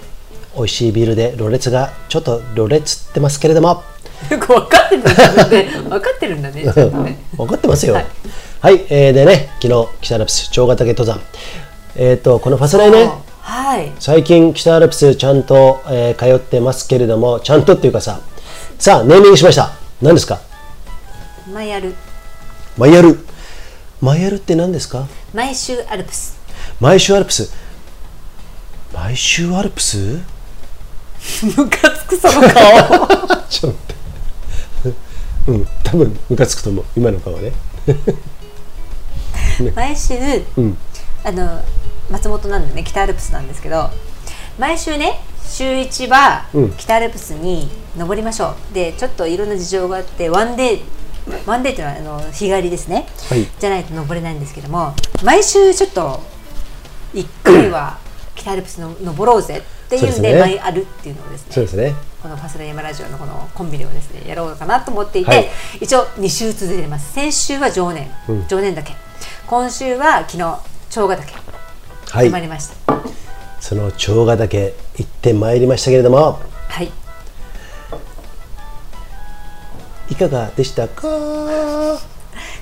S2: 美味しいビールでろれつがちょっとろれつってますけれども
S1: よく分かってるんだね。 *laughs* 分かってるんだね。ちょっとね
S2: 分かってますよ。は
S1: はいい、
S2: えーでね、昨日、北アルプス、長ヶ岳登山、えっ、と、このファスライね、
S1: はい。
S2: 最近、北アルプス、ちゃんと、えー通ってますけれども、ちゃんとっていうかさ、さあ、ネーミングしました。何ですか
S1: マイアル
S2: マイアル。マイアルって何ですか
S1: 毎週アルプス。
S2: 毎週アルプス。毎週アルプス
S1: ムカつくその顔。
S2: ちょっと待って。 *laughs* うん、多分ムカつくと思う、今の顔はね。
S1: 毎週、
S2: ん
S1: あの松本なんでね北アルプスなんですけど、毎週ね週一は
S2: うん
S1: 北アルプスに登りましょう。でちょっといろんな事情があってワンデーワンデーというのはあの日帰りですね、
S2: はい
S1: じゃないと登れないんですけども毎週ちょっと一回は北アルプスの登ろうぜっていうん
S2: そう
S1: で
S2: ですね
S1: マイアルっていうのをですね
S2: そうですね。
S1: この「ファスラヤマラジオ」のこのコンビニをですねやろうかなと思っていて、
S2: はい
S1: 一応2週続いてます先週は常年、常年だけ今週は昨日長ヶ岳
S2: は
S1: 決まり
S2: い。
S1: ましたはい、
S2: その長ヶ岳、行ってまいりましたけれども、いかがでしたか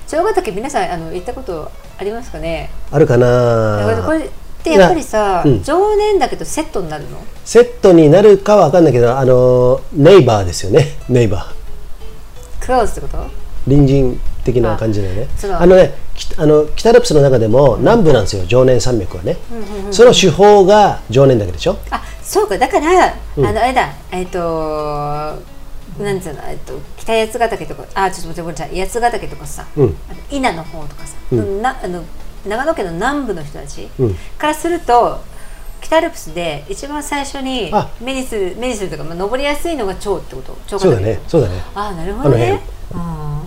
S1: 長ヶ岳皆さんあの行ったことありますかね
S2: あるか
S1: こ
S2: な
S1: れってやっぱりさ、
S2: うん
S1: 常年だけどセットになるの
S2: セットになるかは分かんないけどあのネイバーですよね *laughs* ネイバー
S1: クラウスってこと
S2: 隣人的な感じだよね
S1: あそうだ
S2: あのねきあの北アルプスの中でも南部なんですよ常年山脈はね、その手法が常年岳でしょ
S1: あそうかだから、あのあれだえっ、となんつうの、えっと、北八ヶ岳とかあちょっと待ってごめんなさい八ヶ岳とかさ、
S2: うん
S1: あの伊那の方とかさ、なあの長野県の南部の人たち、
S2: うん
S1: からすると北アルプスで一番最初に
S2: あ
S1: 目にする目にするというか、まあ、登りやすいのが長ってこと長
S2: そう
S1: ヶ
S2: だ
S1: 岳
S2: ねそうだね
S1: あなるほどね。うん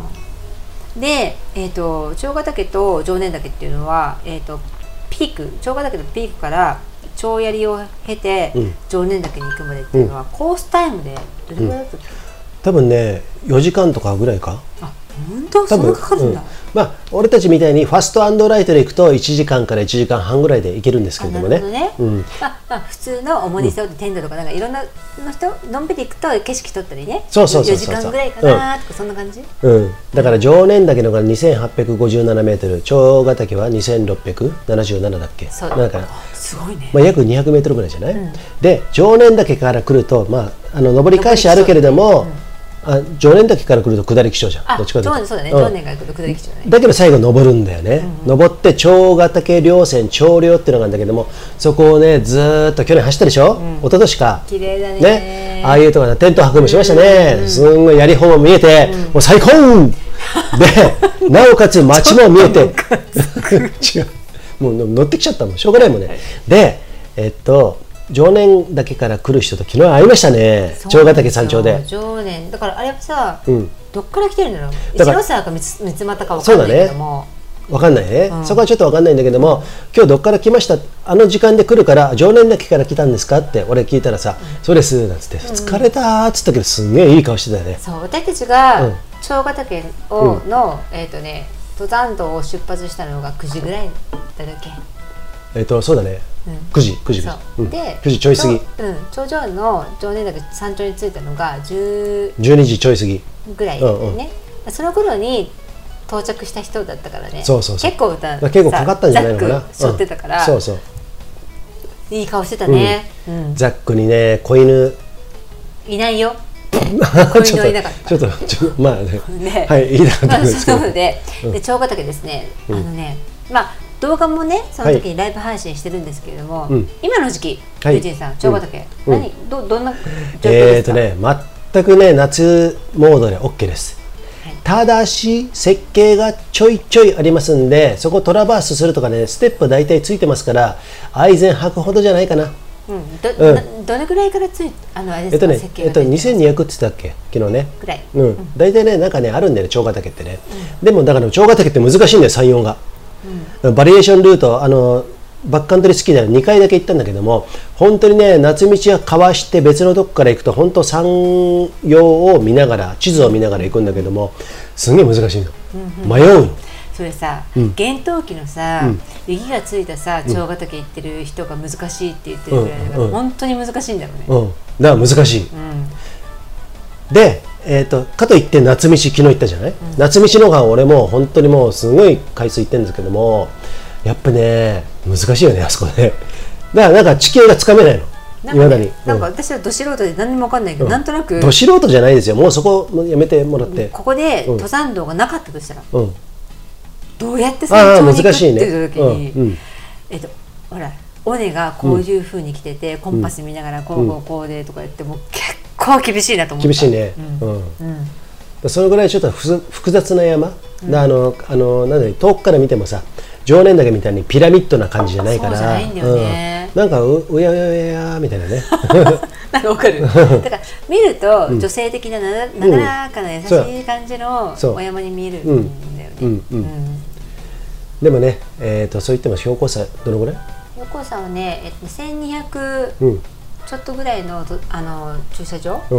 S1: で、えー、と長ヶ岳と常年岳っていうのは、えー、とピーク長ヶ岳のピークから長槍を経て、
S2: うん
S1: 常年岳に行くまでっていうのは、コースタイムでどれくらいだったっけ、
S2: 多分ね4時間とかぐらいか
S1: あ本当
S2: 多
S1: そん
S2: 分
S1: なかかるんだ、
S2: うんまあ俺たちみたいにファストアンドライトで行くと1時間から1時間半ぐらいで行けるんですけれどもね
S1: あなるほど
S2: うん、
S1: まあまあ、普通の重に背負ってテントとかなんかいろんなの人のんびり行くと景色撮ったりね
S2: そうそうそう
S1: 4
S2: そ
S1: 時
S2: う
S1: 間ぐらいかなとか、そんな感じ
S2: うん、だから常年岳のが2857メートル長ヶ岳は2677だっけ
S1: そう
S2: なんか
S1: すごいね、
S2: まあ、約200メートルぐらいじゃない、で常年岳から来ると、まあ、あの上り返しあるけれども、あ常年岳から来ると下り基調じゃん
S1: あ
S2: どっちかという
S1: 常
S2: と
S1: そうだね、
S2: うん
S1: 常年が行くと下り基調だね
S2: だけど最後登るんだよね、登って長ヶ岳稜線長稜っていうのがあるんだけどもそこをねずーっと去年走ったでしょ、一昨年か
S1: 綺麗だね
S2: ああいうとこでテント泊もしましたね、すんごい槍砲も見えて、もう最高 *laughs* でなおかつ街も見えて *laughs* 違うもう乗ってきちゃったもんしょうがないもんね、でえっと常年岳から来る人と昨日会いましたね長ヶ岳山頂で
S1: 常年だからあれはさ、
S2: うん
S1: どっから来てるんだろう一
S2: だから
S1: ノ沢か三つ三つ又か分かんないけども、
S2: わかんないね、そこはちょっとわかんないんだけども今日どっから来ましたあの時間で来るから常連岳から来たんですかって俺聞いたらさ「そうです」なんつって「疲れた」っつったけどすんげえいい顔してたよね
S1: そう私たちが、
S2: うん
S1: 長ヶ岳をの、えっ、とね登山道を出発したのが9時ぐらいだっけ
S2: えっ、とそうだね、9時9時
S1: そ
S2: 9時、
S1: う、
S2: うん
S1: で
S2: 9時ちょい過ぎ
S1: とうん頂上の常年岳山頂に着いたのが10
S2: 12時ちょい過ぎ
S1: ぐらいだったよね、その頃に到着した人だったからね
S2: そうそうそう
S1: 結構歌
S2: だから結構かかったんじゃないのかな
S1: ザック背負ってたから、
S2: うんそうそう
S1: いい顔してたね、うん
S2: ザックにね子犬
S1: いないよ
S2: ち
S1: 子犬
S2: ょっ
S1: はいなかっ
S2: と *laughs* ちょっとちょっとまあね
S1: ね
S2: はいいいなと思
S1: ま
S2: うん
S1: あ、
S2: ですけ
S1: そ
S2: ど
S1: うでで長ヶ岳ですね、あのねまあ動画もねその時にライブ配信してるんですけれども、
S2: ん
S1: 今の時期、
S2: はい
S1: 藤井さん長ヶ岳、
S2: うん
S1: 何どどんな状況
S2: え
S1: で
S2: ー
S1: す
S2: と
S1: か、
S2: ね、全くね、夏モードで OK です。
S1: はい
S2: ただし、設計がちょいちょいありますんで、そこトラバースするとかね、ステップ大体ついてますから、アイゼン履くほどじゃないかな。
S1: うんど
S2: うん
S1: などれぐらいからついあのあれ
S2: え
S1: です
S2: っと
S1: か、
S2: ね
S1: 設、計
S2: え
S1: が
S2: っと、
S1: 出てる
S2: 2200って言ってたっけ、昨日ね。
S1: ぐらい
S2: うん、大体ね、なんかね、あるんだよね、長ヶ岳ってね。でも、だから長ヶ岳って難しいんだよ、山陽が。バリエーションルート、あの、バックカントリースキーでは2回だけ行ったんだけども、本当にね、夏道はかわして別のとこから行くと、本当山陽を見ながら、地図を見ながら行くんだけども、すんげえ難しいの。迷うの。
S1: それさ、厳冬期のさ、雪がついたさ長ヶ岳行ってる人が難しいって言ってるぐらいだから、
S2: うんうん
S1: 本当に難しいんだろうね、
S2: うん、だから難しい、で、えー、とかといって夏道昨日行ったじゃない、夏道のが俺もう本当にもうすごい回数行ってるんですけどもやっぱね難しいよねあそこねだからなんか地形がつかめないの
S1: ないん
S2: ま
S1: か
S2: だ
S1: ね
S2: に
S1: なんか私はど素人で何にも分かんないけど、
S2: うん
S1: なんとなく
S2: ど素人じゃないですよもうそこもうやめてもらって、
S1: ここで登山道がなかったとしたら、
S2: うん、
S1: どうやって
S2: あ
S1: 山
S2: あ
S1: 頂に行く
S2: 難
S1: っ
S2: していね
S1: いう時に、
S2: うんうん
S1: えっとほら尾根がこういうふうに来てて、コンパス見ながらこうこうこうでとか言っても結構厳しいなと思った
S2: 厳しいね、うんそのぐらいちょっとふず複雑な山、なあのあのなんだろう遠くから見てもさ常年岳みたいにピラミッドな感じじゃないから
S1: そうじゃないんだよね
S2: うんなんかううやうやうやみたいなね
S1: *laughs* なんかわか
S2: *laughs*
S1: るだから見ると女性的なななだらかな優
S2: そう
S1: しい感じの
S2: そう
S1: お山に見えるんだよね、
S2: うんうん
S1: うん
S2: でもね、えー、とそう言っても標高差どのぐらい、
S1: 横さんはね、えっと、1200
S2: うん
S1: ちょっとぐらいのとあの駐車場、
S2: うん、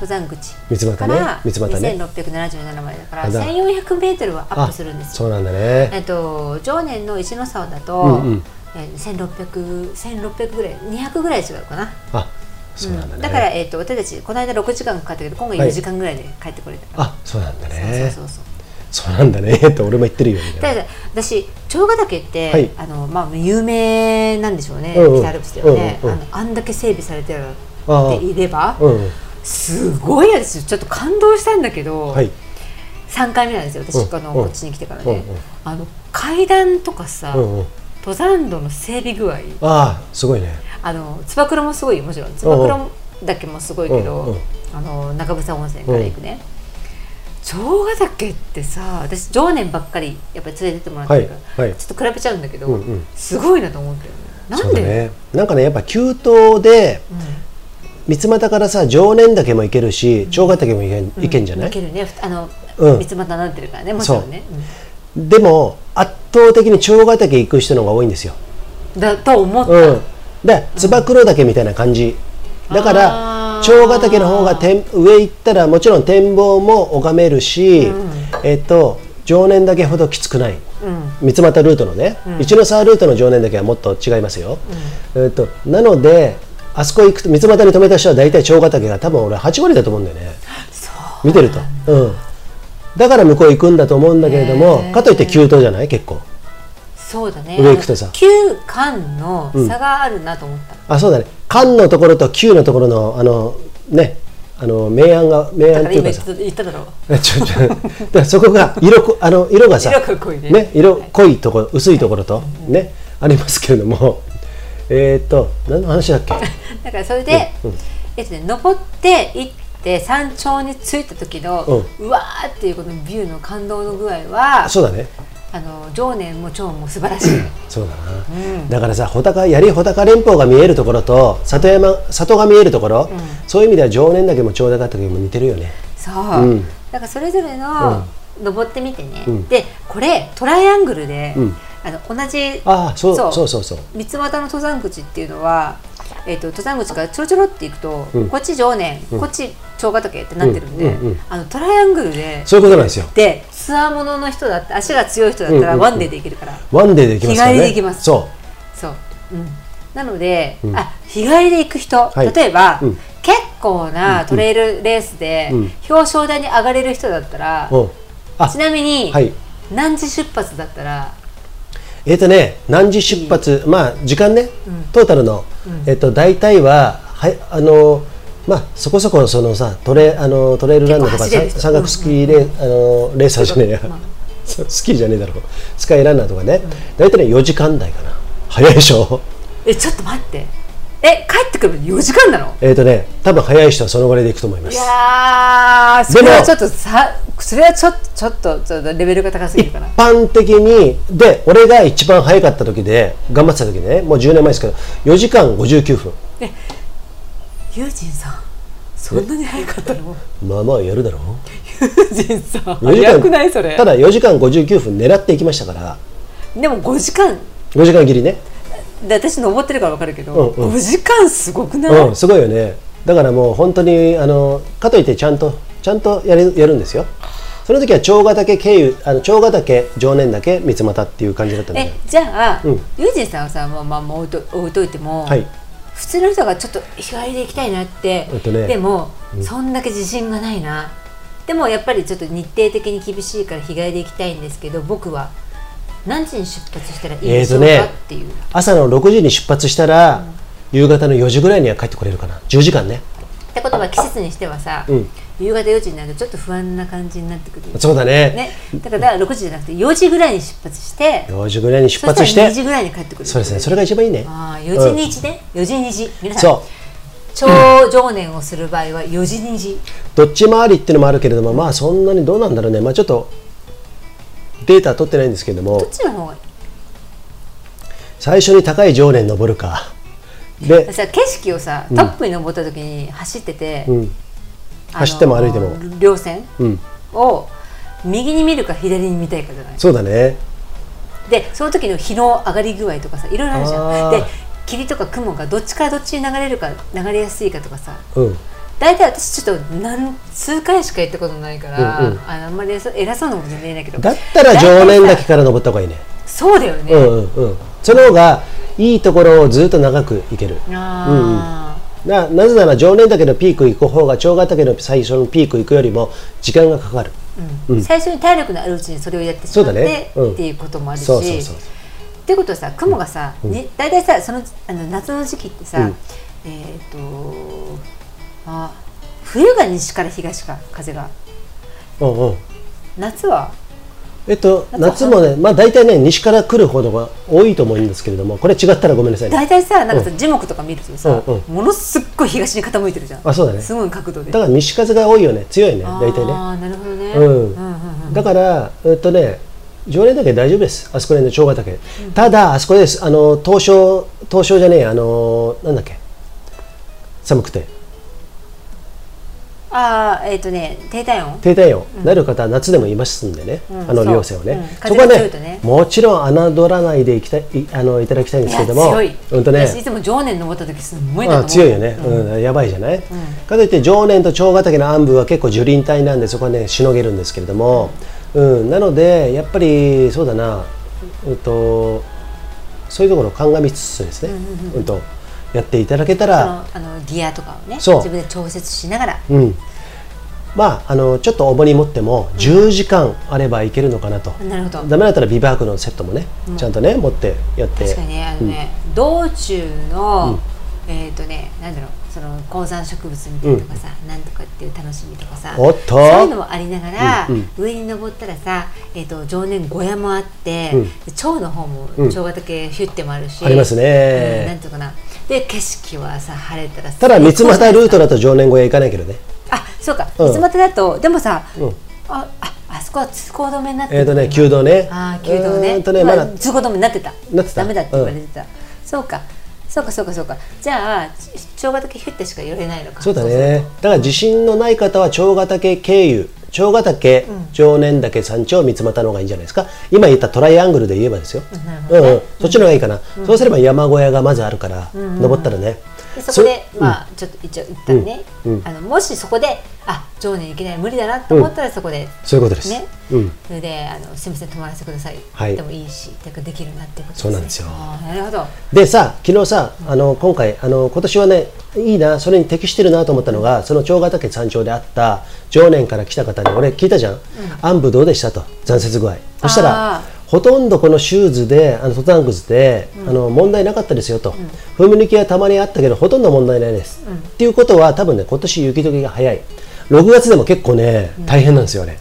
S1: 登山口
S2: 三俣ね
S1: から
S2: 三俣ね
S1: 2677までだから
S2: あだ
S1: 1400メートルはアップするんです
S2: そ
S1: よ。
S2: うなんだね
S1: えっと常年の一ノ沢だと、
S2: うんうん
S1: えー1600 1600ぐらい200ぐらい違うかな。
S2: あそうなんだね、
S1: だからえっと私たちこの間6時間かかったけど今回
S2: はい
S1: 4時間ぐらいで帰ってこれたから。
S2: あそうなんだね
S1: そうそうそう
S2: そうなんだね *laughs* って俺も言ってるよみた
S1: だ
S2: い
S1: から私長ヶ岳って、
S2: はい
S1: あのまあ、有名なんでしょうね、
S2: うんうん
S1: 北アルプスではね、
S2: うんう
S1: あ
S2: ん
S1: のあんだけ整備されてる
S2: ああ
S1: っていれば
S2: な、うん
S1: すごいですよちょっと感動したんだけど、
S2: はい
S1: 3回目なんですよ私、
S2: うん
S1: あの
S2: うん
S1: こっちに来てからね、
S2: うんうん
S1: あの階段とかさ、
S2: うんうん
S1: 登山道の整備具合
S2: ああすごいね
S1: あのつば九郎もすごいよもちろんつば九郎だけもすごいけど、
S2: うんうん
S1: あの中房温泉から行くね、長ヶ岳ってさ私常年ばっかりやっぱり連れてってもらってるから、
S2: はいはい
S1: ちょっと比べちゃうんだけど、
S2: うんうん
S1: すごいなと思うけどねなん
S2: そう
S1: で
S2: だねなんかねやっぱ急登で三俣からさ常念岳も行けるし長ヶ岳も行けん,、行けんじゃない
S1: いけるねふあの、
S2: うん
S1: 三つ股になってるからねもちろんね、
S2: でも圧倒的に長ヶ岳行く人の方が多いんですよ
S1: うんだと思った、
S2: うん、でつば九郎岳みたいな感じだか
S1: あ
S2: ら
S1: ー
S2: 長ヶ岳の方がてん上行ったらもちろん展望も拝めるし、えっと常年岳ほどきつくない、三つ俣ルートのね、一ノ沢ルートの常年岳はもっと違いますよ、えっとなのであそこ行くと三つ俣に止めた人は大体長ヶ岳が多分俺8割だと思うんだよね見てると、うん、だから向こう行くんだと思うんだけれどもかといって急登じゃない結構
S1: そうだね
S2: 上行くとさ
S1: あの旧間の差があるなと思った、
S2: あそうだね関のところと旧のところのあのねあの明暗が明
S1: だ
S2: 暗
S1: か
S2: っ
S1: ら
S2: ていう
S1: 今
S2: か
S1: ちょ
S2: さ
S1: っと言っただろう
S2: *laughs* ちょちょだからそこが
S1: *laughs*
S2: 色こあの色がさ
S1: 色が濃いね
S2: 色濃いところ薄いところとねありますけれどもえっと何の話だっけ
S1: だからそれで、えっとね、登って行って山頂に着いた時の、うわーっていうこのビューの感動の具合は
S2: そうだね
S1: あの常年も長も素晴らしい
S2: そうだな、だからさ穂高槍穂高連峰が見えるところと里山里が見えるところ、そういう意味では常年岳も長高岳も似てるよね
S1: そう、
S2: うん
S1: だからそれぞれの、登ってみてね、でこれトライアングルで、
S2: ん
S1: あの同じ
S2: ああそうそうそうそう
S1: 三つ股の登山口っていうのは、えっと登山口からちょろちょろっていくと、こっち常年、こっち長ヶ岳ってなってるんで、
S2: うんうんうん
S1: あのトライアングルで
S2: そういうことなんですよ
S1: でツアーものの人だって足が強い人だった
S2: うんうんう
S1: ら
S2: ん
S1: ワンデーで行けるから、
S2: ワンデーで行きますからね
S1: 日帰りで行きます
S2: そう
S1: そう、うん、なので、あ日帰りで行く人、
S2: はい
S1: 例えば、
S2: うん
S1: 結構なトレイルレースで、
S2: うん
S1: 表彰台に上がれる人だったら、
S2: うんあ
S1: ちなみに、
S2: はい
S1: 何時出発だったら
S2: えっ、とね何時出発、まあ時間ね、トータルの、えっ、と大体ははいあのまあそこそこそのさトレあのトレイルランナーとか
S1: 結構走れる
S2: さ
S1: 人
S2: 山岳スキーレ,、あのレーサーじゃねえや、そう *laughs* スキーじゃねえだろスカイランナーとかね、大体ね4時間台かな早いでしょ
S1: えちょっと待ってえ帰ってくるのに4時間なの
S2: えっとね多分早い人はそのぐらいで行くと思いま
S1: い
S2: す
S1: やーそれ
S2: で
S1: は
S2: も
S1: ちょっとさそれはちょっとちょっとちょっとレベルが高すぎるかな
S2: 一般的にで俺が一番早かった時で頑張ってた時ねもう10年前ですけど4時間59分
S1: ユージンさんそんなに早かったの
S2: まあまあやるだろう
S1: ユージンさん
S2: 4時間
S1: 早くないそれ
S2: ただ4時間59分狙っていきましたから
S1: でも5時間
S2: 5時間切りね
S1: で私登ってるから分かるけど、
S2: うんうん
S1: 5時間すごくない、
S2: うんすごいよねだからもう本当にあのかといってちゃんとちゃんとやるやるんですよその時は長ヶ岳経由あの長ヶ岳常念岳三俣っていう感じだったんで
S1: えじゃあ、
S2: うん
S1: ユージンさんはさもう、まあ、もう置いと置いといても、
S2: はい
S1: 普通の人がちょっと日帰りで行きたいなって、
S2: えっとね
S1: でも、そんだけ自信がないなでもやっぱりちょっと日程的に厳しいから日帰りで行きたいんですけど僕は何時に出発したらいいでしょうか、
S2: えーとね
S1: っていう
S2: 朝の6時に出発したら、夕方の4時ぐらいには帰ってこれるかな10時間ね
S1: ってことは季節にしてはさ、
S2: ん
S1: 夕方4時になるとちょっと不安な感じになってくるよね
S2: そうだね
S1: ねだから6時じゃなくて4時ぐらいに出発して
S2: 4時ぐらいに出発し
S1: そしたら
S2: て
S1: 2時ぐらいに帰ってくる
S2: そうですねそれが一番いいね
S1: ああ4時に1ね、4時2時皆さん
S2: そう
S1: 超常年をする場合は4時2時
S2: どっち回りっていうのもあるけれどもまあそんなにどうなんだろうねまあちょっとデータ取ってないんですけれども
S1: どっちの方がいい
S2: 最初に高い常連登るかで
S1: 私さ景色をさトップに登った時に走ってて、あ
S2: ん
S1: の
S2: 走っても歩いても
S1: 稜線
S2: うん
S1: を右に見るか左に見たいかじゃない
S2: そうだね
S1: でその時の日の上がり具合とかさいろいろあるじゃん
S2: あー
S1: で霧とか雲がどっちからどっちに流れるか流れやすいかとかさ
S2: うん
S1: 大体私ちょっと何数回しか行ったことないから、
S2: うんうん
S1: あのあんまり偉そう偉そうなことじゃないんだけど
S2: だったら常連岳から登った方がいいね
S1: そうだよね、
S2: うんうんうんその方がいいところをずっと長く行ける
S1: あ
S2: ななぜなら常連岳のピーク行く方が長ヶ岳の最初のピーク行くよりも時間がかかる
S1: ーう、
S2: うんん
S1: 最初に体力のあるうちにそれをやってしまって、
S2: そうだねうん
S1: っていうこともあるし
S2: そうそうそう
S1: っていうことはさ雲がさ、
S2: うん
S1: ね、大体さそのあの夏の時期ってさ、
S2: うん
S1: えっ、とあ冬が西から東か風が
S2: そう、うんうん、
S1: 夏は
S2: えっと
S1: 夏
S2: 夏
S1: は
S2: もねまあ大体ね西から来るほどが多いと思うんですけれどもこれ違ったらごめんなさいね
S1: 大体さなんかさ、
S2: う
S1: 樹木とか見るとさ、
S2: うん
S1: ものすっごい東に傾いてるじゃん
S2: あそうだね
S1: すごい角度で
S2: だから西風が多いよね強いね大体ね
S1: ああなるほどね、
S2: うん
S1: うんうん
S2: だから、えっとね、常連岳大丈夫です、あそこら辺の長ヶ岳、ただ、あそこです、あの東証、東証じゃねえ、あのなんだっけ、寒くて、
S1: ああえっ、とね低体温
S2: 低体温、なる方は夏でもいますんでね、
S1: ん
S2: あの
S1: そう
S2: 両生をね、
S1: うん
S2: そこ
S1: 風
S2: は
S1: が強い
S2: ね
S1: とね
S2: もちろん侮らないでいきたいいあのいただきたいんですけれども、
S1: いや強い、
S2: うんとね、
S1: 私いつも常年登った時すんごいなと
S2: あ
S1: 思う
S2: 強いよね、うんやばいじゃない、かといって常年と長ヶ岳の暗部は結構樹林帯なんでそこはねしのげるんですけれども、うん、なのでやっぱりそうだな、うん、とそういうところを鑑みつつですね、うんとやっていただけた
S1: そ
S2: ら、
S1: のあのギアとかをね
S2: そう
S1: 自分で調節しながら
S2: うんまあ、あのちょっと重り持っても10時間あればいけるのかなと、
S1: なるほど
S2: ダメだったらビバークのセットもね、ちゃんとね持ってやって
S1: 確かにねあのね、道中の、えっ、とねなんだろうその高山植物見たりとかさ、なんとかっていう楽しみとかさ
S2: おっと
S1: そういうのもありながら、上に登ったらさ、えー、と常年小屋もあって、
S2: うん
S1: で蝶の方も蝶ヶ岳ヒュッてもあるし、
S2: ありますね
S1: うんなんていうかなで景色はさ晴れたら
S2: ただ三つ股ルート
S1: だ
S2: だと常年越え行かないけどね
S1: あそうか
S2: うん
S1: 三つ股だと、でもさ、
S2: うん
S1: あああそこは通行止めになって
S2: え
S1: る
S2: っ、とね、
S1: 今
S2: 弓道ね。
S1: ああ弓道
S2: う
S1: ね,、
S2: ーんとね、
S1: ま
S2: ま
S1: あ、
S2: だ、
S1: 通行止めになってた
S2: なってた
S1: ダメだって言われてた、そうかそうかそうかそうかじゃあち長ヶ岳ヒュッてしか寄れないのか
S2: そうだね。だから自信のない方は長ヶ岳経由、長ヶ岳、常年岳山頂三股の方がいいんじゃないですか。今言ったトライアングルで言えばですよ。うん、うん、そっちの方がいいかな。そうすれば山小屋がまずあるから、登ったらね。
S1: でそこで
S2: そ
S1: まあちょっと一応一旦ね、
S2: うんうん
S1: あのもしそこであ常年いけない無理だなと思ったらそこで、
S2: そういうことです。
S1: ね
S2: うん。
S1: それであのすみません泊まらせてください、
S2: はい
S1: でもいいしだからできるなっていうこと
S2: そうなんですよ
S1: あーなるほど
S2: でさ昨日さあの今回あの今年はねいいなそれに適してるなと思ったのがその長ヶ岳山頂であった常年から来た方に俺聞いたじゃん、暗部どうでしたと残雪具合そした
S1: あ
S2: らほとんどこのシューズであの登山靴で、あの問題なかったですよと、踏み抜きはたまにあったけどほとんど問題ないです、っていうことは多分ね今年雪解けが早い6月でも結構ね大変なんですよね、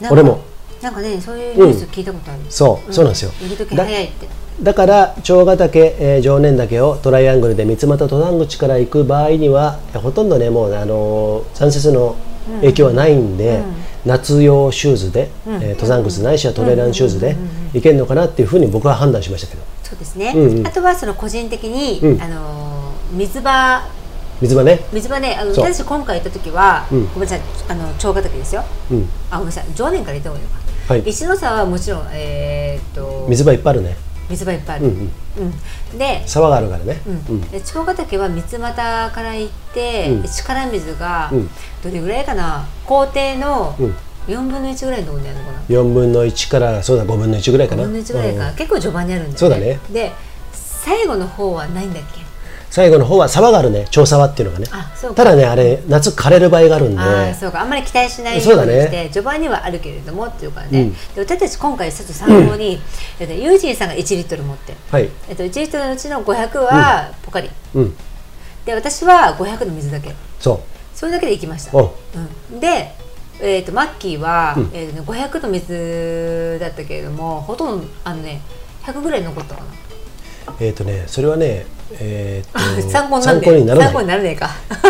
S1: なんか
S2: 俺も
S1: なんかねそういうニュース聞いたことある、
S2: そう、そうなんですよ
S1: 売り時
S2: だ
S1: 早いって
S2: だから長ヶ岳、えー常年岳をトライアングルで三俣登山口から行く場合にはえーほとんどねもうね、あのー残雪の影響はないんで、夏用シューズで、えー登山靴ないしはトレーランシューズで行けるのかなっていうふうに僕は判断しましたけど
S1: そうですね、
S2: うんうん
S1: あとはその個人的に、
S2: うん
S1: あのー水場
S2: 水場ね、
S1: 水場ねあの
S2: そう
S1: 私今回行った時は、
S2: うん
S1: ごめんなさいあの長ヶ岳ですよ
S2: うん、
S1: あごめんなさい常年から行った方がいいのか、
S2: はい
S1: 一ノ沢はもちろんえーっと水
S2: 水場いっぱいあるね
S1: 場いっぱいある、
S2: う
S1: うんんで
S2: 沢があるからね、
S1: うん
S2: うん
S1: で長ヶ岳は三俣から行って、
S2: うん
S1: 力水が
S2: うん
S1: どれぐらいかな校庭の
S2: うん
S1: 4分の1ぐらいのところにあるのかな、
S2: 4分の1からそうだ5分の1ぐらいか
S1: 4
S2: な
S1: 分の1ぐらいかな、
S2: うん
S1: 結構序盤にあるんだよね
S2: そうだね
S1: で最後の方はないんだっけ
S2: 最後の方は沢があるね調沢っていうのがね
S1: あそうか
S2: ただねあれ夏枯れる場合があるんで
S1: ああそうかあんまり期待しないように
S2: そうだ
S1: して、
S2: ね
S1: 序盤にはあるけれどもっていうからね、
S2: うん
S1: で私たち今回ちょっと参考に、えっとユージンさんが1リットル持って、
S2: はい
S1: えっと、1リットルのうちの500はポカリ、
S2: うん
S1: で私は500の水だけ
S2: そう
S1: それだけで行きました、
S2: お
S1: うん、で、えっとマッキーは、えっとね500の水だったけれどもほとんどあのね100ぐらい残ったかな
S2: えっ、とね、それはね、えーと
S1: 参考になるね
S2: 参考になら
S1: 参考に
S2: ない。
S1: ならねえか *laughs*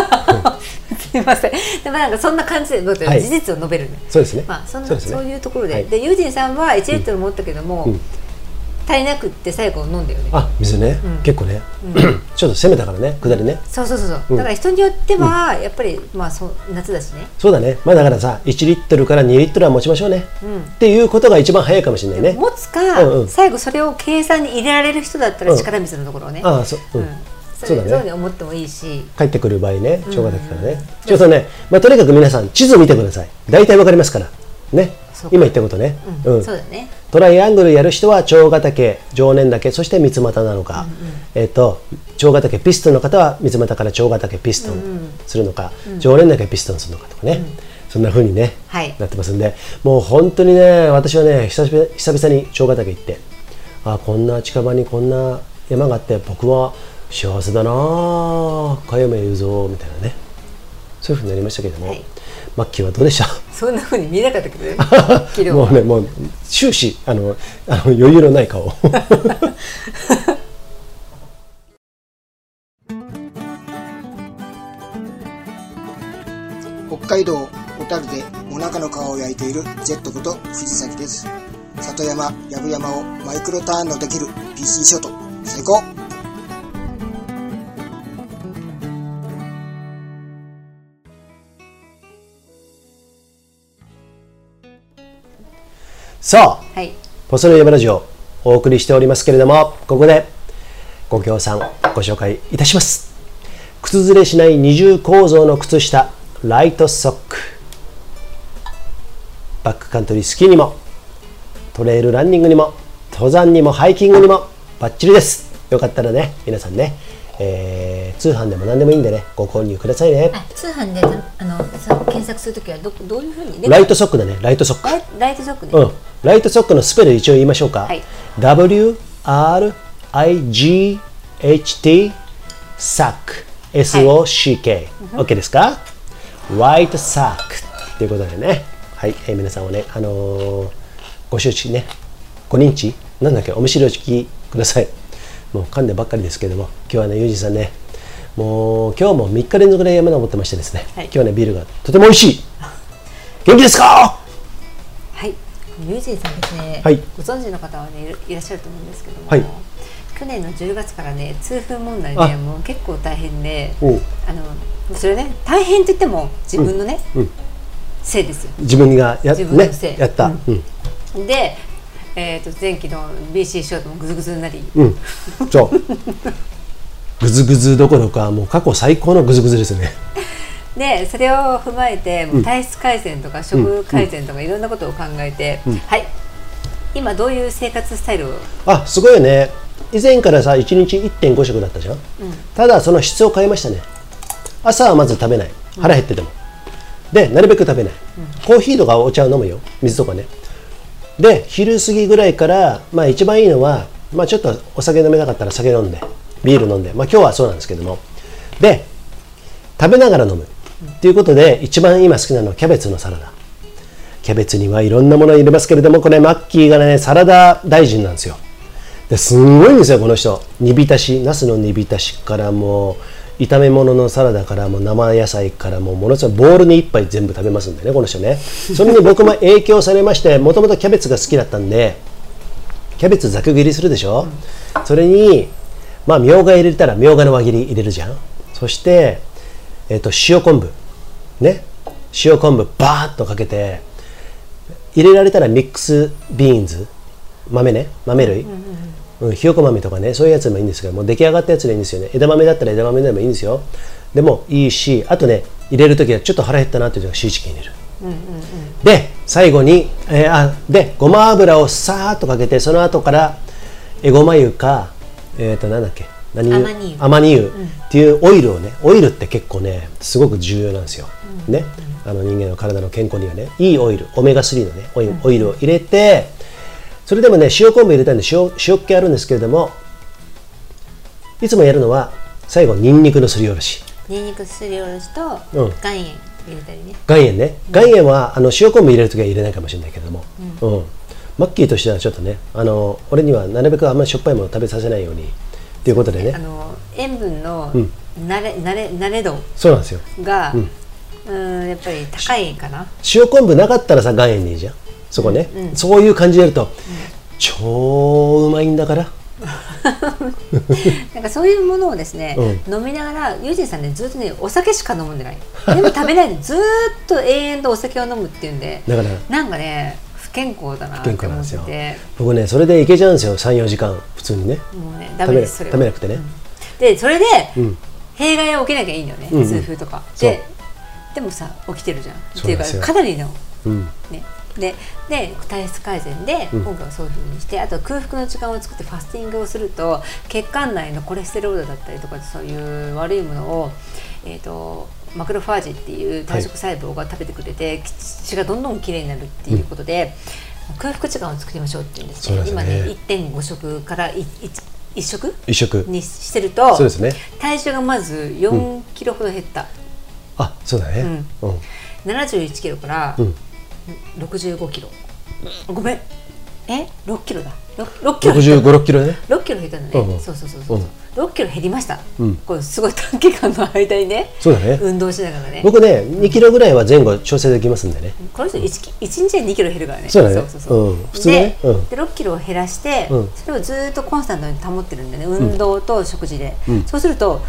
S1: すいませんでもなんかそんな感じで僕
S2: はい
S1: 事実を述べるね、
S2: そうですね
S1: まあそんな
S2: そ
S1: そうう,、
S2: ですね
S1: いうところで、
S2: はい
S1: でユージンさんは1リットル持ったけども、
S2: うん
S1: 足りなくって最後飲んだよね
S2: あ、水ね、結構ね、 *clears throat* ちょっと攻めたからね、下りね。
S1: そうそうそうそう、
S2: うん
S1: だから人によってはやっぱりまあそう夏だしね
S2: そうだね、まあだからさ、1リットルから2リットルは持ちましょうね、っていうことが一番早いかもしれないね。
S1: 持つか、
S2: うんうん
S1: 最後それを計算に入れられる人だった
S2: う
S1: ら
S2: ん
S1: 力水のところをね、
S2: ああ、そう、うん
S1: そ
S2: そうう
S1: だ
S2: だ
S1: ね
S2: ね
S1: そうに思ってもいいし
S2: 帰ってくる場合ね、長ヶ岳からね。ちょっとね、まあとにかく皆さん地図見てください。大体わかりますから、ね
S1: そう、か
S2: 今言ったことね。
S1: うん
S2: うん
S1: そうだね
S2: トライアングルやる人は長ヶ岳、常年岳、そして三股なのか、えっと長ヶ岳ピストンの方は三股から長ヶ岳ピストンするのか、常年岳ピストンするのかとかね、そんな風にね、
S1: はい
S2: なってますんでもう本当にね私はね久々久々に長ヶ岳行ってあこんな近場にこんな山があって僕は幸せだなあ加山雄三みたいなねそういう風になりましたけれども、
S1: はい
S2: マッキーはどうでした
S1: そんなふうに見えなかったけ
S2: *laughs*
S1: どね昨日
S2: もう
S1: は
S2: ねもう終始あのあの余裕のない顔
S5: 北海道小樽でモナカの皮を焼いている Z こと藤崎です里山藪山をマイクロターンのできる PC ショット最高
S2: *laughs* さあ
S1: はい
S2: ポソの山ラジオお送りしておりますけれどもここでご協賛ご紹介いたします靴ずれしない二重構造の靴下ライトソックバックカントリースキーにもトレイルランニングにも登山にもハイキングにもバッチリですよかったらね皆さんね、えー通販でも何でもいいんでねご購入くださいね
S6: あ通販でなあのさ検索するときはどどういうふうにね
S2: ライトソックだねライトソック
S1: ライライトショックね、
S2: うん、ライトソックのスペル一応言いましょうか、
S1: はい
S2: WRIGHT サック SOCK、OK ですか Right サックということでねはい、えー皆さんはね、あのーご周知ねご認知なんだっけお見知りおきくださいもう噛んでばっかりですけども今日はねユージさんねもう今日も3日連続で山登ってましてですね、
S1: はい
S2: 今日はねビールがとても美味しい元気です
S1: *laughs*
S2: か
S1: はいユージンさんですね、
S2: はい
S1: ご存知の方はねいるいらっしゃると思うんですけども、
S2: はい
S1: 去年の10月からね痛風問題
S2: あ
S1: でもう結構大変で
S2: おう
S1: あのそれね大変と言っても自分のね、せいですよ
S2: 自分がや,、
S1: 自分の
S2: ね
S1: せい、
S2: やった、
S1: う
S2: うんん
S1: で、えー、と前期の BC ショートもグズグズになり、
S2: そうぐずぐずどころかもう過去最高のぐずぐずですね
S1: でそれを踏まえてもう体質改善とか食改善とかいろんなことを考えて、はい今どういう生活スタイルを
S2: あすごいよね以前からさ1日1.5食だったじゃん、ただその質を変えましたね朝はまず食べない腹減ってても、でなるべく食べない、コーヒーとかお茶を飲むよ水とかねで昼過ぎぐらいから、まあ、一番いいのは、まあ、ちょっとお酒飲めなかったら酒飲んでビール飲んで、まあ、今日はそうなんですけどもで食べながら飲むっていうことで一番今好きなのはキャベツのサラダキャベツにはいろんなもの入れますけれどもこれマッキーがねサラダ大臣なんですよですんごいんですよこの人煮浸しナスの煮浸しからもう炒め物のサラダからも生野菜からもものすごいボウルに一杯全部食べますんでねこの人ねそれに僕も影響されましてもともとキャベツが好きだったんでキャベツざく切りするでしょ、それにまあみょうが入れたらみょうがの輪切り入れるじゃんそして、えっと塩昆布ね塩昆布バーッとかけて入れられたらミックスビーンズ豆ね豆類、うん、ひよこ豆とかねそういうやつでもいいんですけどもう出来上がったやつでいいんですよね枝豆だったら枝豆でもいいんですよでもいいしあとね入れる時はちょっと腹減ったなっていう時はシーチキン入れる、で最後に、えーあでごま油をさーっとかけてその後からえごま油かえっ、となんだっけ何油
S6: 甘煮油
S2: アマニ油っていうオイルをねオイルって結構ねすごく重要なんですよ、ねあの人間の体の健康にはねいいオイルオメガ3のねオイル,、オイルを入れてそれでもね塩昆布入れたんで塩塩っ気あるんですけれどもいつもやるのは最後にんにくのすりおろし
S6: ニンニクすりおろしと
S2: うん
S6: 岩塩入れたりね
S2: 岩塩ね岩塩はあの塩昆布入れる時は入れないかもしれないけれども、うんマッキーとしてはちょっとねあの俺にはなるべくあんまりしょっぱいもの食べさせないようにっていうことで
S1: あ
S2: ね
S1: の塩分の
S2: ん
S1: 慣れ,、慣れ慣れ度
S2: そうなんですよ
S1: が、うん、やっぱり高いかな *laughs*
S2: 塩昆布なかったらさ岩塩にいいじゃんそこね、そういう感じでやると、超うまいんだから
S1: なんかそういうものをですね、
S2: う
S1: 飲みながらユージンさんねずっとねお酒しか飲むんでないでも食べないで *laughs* ずーっと永遠とお酒を飲むっていうんで
S2: だから
S1: なんかね不健康だなっ
S2: 不健
S1: て
S2: 康なん
S1: 思
S2: で
S1: っ
S2: す
S1: て
S2: よ
S1: て
S2: 僕ねそれでいけちゃうんですよ34時間普通にね
S1: もうねダメ
S2: 食べ
S1: で
S2: な
S1: すそれは
S2: 食べなくてね、
S1: でそれで、
S2: ん
S1: 弊害は起きなきゃいいんだよね、
S2: うんうん
S1: 痛風とか
S2: そう
S1: ででもさ起きてるじゃんって
S2: そう
S1: いうんか
S2: なですよ
S1: かなりの
S2: うん
S1: ねでで体質改善で今回はそういうふうにして、あと空腹の時間を作ってファスティングをすると血管内のコレステロールだったりとかそういう悪いものを、えー、とマクロファージっていう単色細胞が食べてくれて、血がどんどんきれいになるっていうことで、空腹時間を作りましょうって言うんですけど、
S2: そう
S1: 今
S2: です
S1: ね
S2: ね
S1: 1.5食から 1, 食
S2: 一食
S1: にしてると
S2: そうですね
S1: 体重がまず4キロほど減った、
S2: あそうだねうん、
S1: 71キロから
S2: うん
S1: 65キロ、ごめんえ6キロだ 6, キロ
S2: 6 5 6キロね
S1: 6キロ減ったのね、
S2: うんうん
S1: そうそうそうそう、
S2: うん
S1: 6キロ減りました、
S2: うん
S1: こうすごい短期間の間にね
S2: そうだね
S1: 運動しながらね
S2: 僕ね2キロぐらいは前後調整できますんでね
S1: この人 1, 一日で2キロ減るからね
S2: そうだね
S1: そうそう
S2: うん普通ね
S1: で,、
S2: うん
S1: で6キロを減らして、
S2: うん
S1: それをずっとコンスタントに保ってるんだよね運動と食事で、
S2: うん
S1: そうすると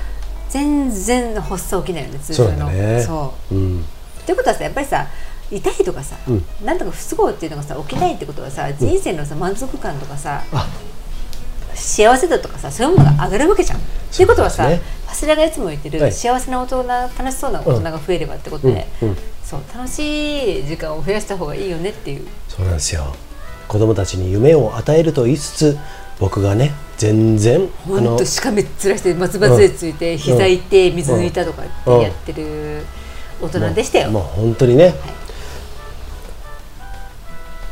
S1: 全然発作起きないよね通常
S2: そう
S1: の
S2: なんだね
S1: そう
S2: うん
S1: ということはさやっぱりさ痛いとかさ、
S2: うん
S1: なんとか不都合っていうのがさ起きないってことはさ人生のさ満足感とかさ、
S2: あ
S1: 幸せだとかさそういうものが上がるわけじゃん。ということはさ、
S2: そうです
S1: 柱がいつも言ってる、
S2: はい
S1: 幸せな大人楽しそうな大人が増えればってことで、
S2: うんうん
S1: そう楽しい時間を増やした方がいいよねっていう
S2: そうなんですよ子供たちに夢を与えると言いつつ僕がね全然あ
S1: ほんとしかめっ面して松葉杖ついて、膝いて水抜いたとかってやってる大人でしたよ。
S2: もうもう本当にね、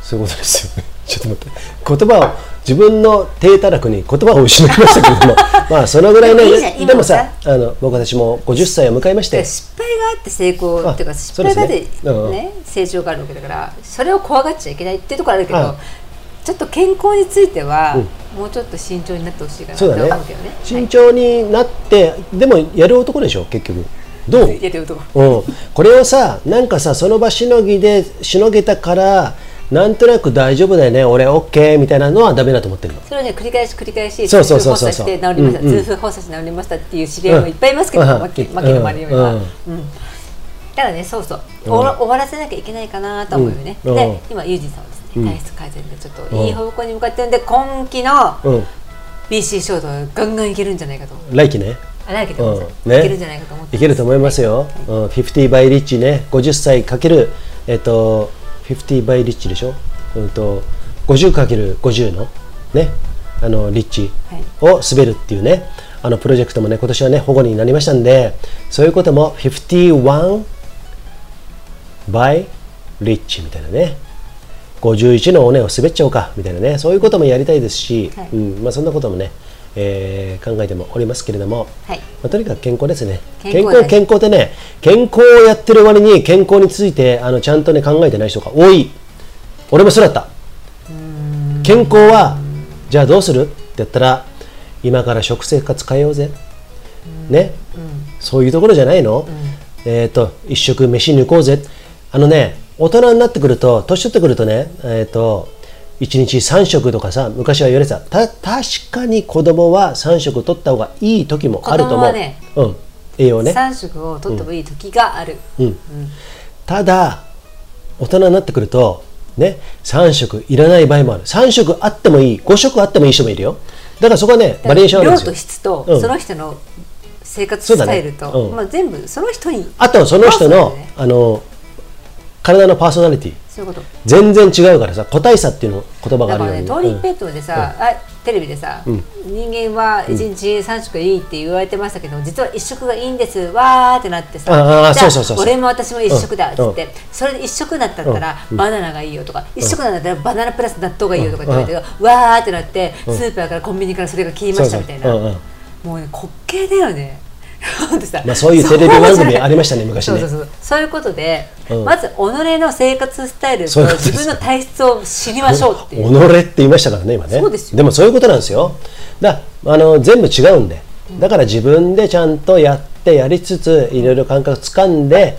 S2: そういうことですよね *laughs* ちょっと待って言葉を自分の低たらくに言葉を失いましたけれども *laughs* まあそのぐらいね
S1: でもいいじゃん今
S2: でもさあの僕たちも50歳を迎えまし
S1: だか
S2: て
S1: ら失敗があって成功
S2: あ
S1: っていうか失敗があって、ね
S2: そうですね
S1: 成長があるわけだからそれを怖がっちゃいけないっていうところあるけど、
S2: はい
S1: ちょっと健康については、もうちょっと慎重になってほしいかなと
S2: そう
S1: 思う
S2: だね
S1: けどね
S2: 慎重になって、でもやる男でしょ結局どう
S1: はい、やってるとこ
S2: うん、これをさなんかさその場しのぎでしのげたからなんとなく大丈夫だよね俺 OK みたいなのはダメだと思ってるの
S1: それをね繰り返し繰り返し
S2: そう
S1: 痛
S2: そう
S1: 風
S2: そう
S1: 発
S2: そう
S1: 作して治りました
S2: うんうん
S1: 痛風発作して治りましたっていう知り合いもいっぱいいますけど、
S2: うん
S1: わけわけの周りには、
S2: うん
S1: うんだからねそうそう、終わ終わらせなきゃいけないかなと思うよね、
S2: うんうん
S1: で今ユージさんはですね体質改善でちょっといい方向に向かってるんで今期の
S2: うん
S1: BC ショートガンガンいけるんじゃないかと
S2: 来期ね
S1: あないけ
S2: う
S1: ど、
S2: ん
S1: い
S2: ね
S1: けるんじゃないかと思って
S2: いけると思いますよ、うん、50 by リッチね50歳かけるえっと50 by リッチでしょ、うん、と50かける50のねあのリッチを滑るっていうね、あのプロジェクトもね今年はね保護になりましたんでそういうことも51 by リッチみたいなね51の尾根を滑っちゃおうかみたいなねそういうこともやりたいですし、
S1: はい
S2: うんまあ、そんなこともね、えー考えてもおりますけれども、
S1: はい
S2: まあ、とにかく健康ですね
S1: 健
S2: 健
S1: 康大
S2: 康
S1: 事
S2: 健康ってね健康をやってる割に健康についてあのちゃんとね考えてない人が多い俺もそうだった健康はじゃあどうするって言ったら今から食生活変えようぜね、そういうところじゃないの、えっ、と一食飯抜こうぜあのね大人になってくると年取ってくるとねえっ、と1日3食とかさ昔は言われてたた確かに子供は3食取った方がいい時もあると
S1: 子供
S2: 思
S1: は
S2: う、
S1: ね
S2: うん、栄養ね
S1: 3食を取ってもいい時がある、
S2: ただ大人になってくるとね3食いらない場合もある3食あってもいい5食あってもいい人もいるよだからそこはねバリエーションあるん
S1: 量
S2: ですよ
S1: と質と、
S2: うん
S1: その人の生活スタイルと、
S2: そうだねうん
S1: まあ、全部その人に
S2: あとその人
S1: 合わ
S2: の
S1: せてね
S2: あの体のパーソナリティ
S1: そういうこと
S2: 全然違うからさ個体差っていうの言葉
S1: だ
S2: があ
S1: か
S2: る
S1: ら
S2: よう
S1: ね
S2: に
S1: トリペットでさ、あテレビでさ、人間は1日3食いいって言われてましたけど、実は1食がいいんですわーってなってさ
S2: ああ
S1: じゃあ
S2: そうそうそうそう
S1: 俺も私も1食だっつって、
S2: うん
S1: それで1食だったら、
S2: うん
S1: バナナがいいよとか1食なんだったらバナナプラス納豆がいいよとかって言われて、わーってなって、スーパーからコンビニからそれが消えましたみたいな
S2: そうそううんうん
S1: もうね滑稽だよね *laughs* ほんとさ
S2: まあそういうテレビ番組ありましたね昔ね
S1: そうそうそうそういうことで、
S2: うん
S1: まず己の生活スタイル
S2: そ
S1: と
S2: ういうことです
S1: 自分の体質を知りましょうっていう
S2: 己って言いましたからね今ね
S1: そうですよ
S2: もそういうことなんですよだあの全部違うんでだから自分でちゃんとやってやりつついろいろ感覚つかんで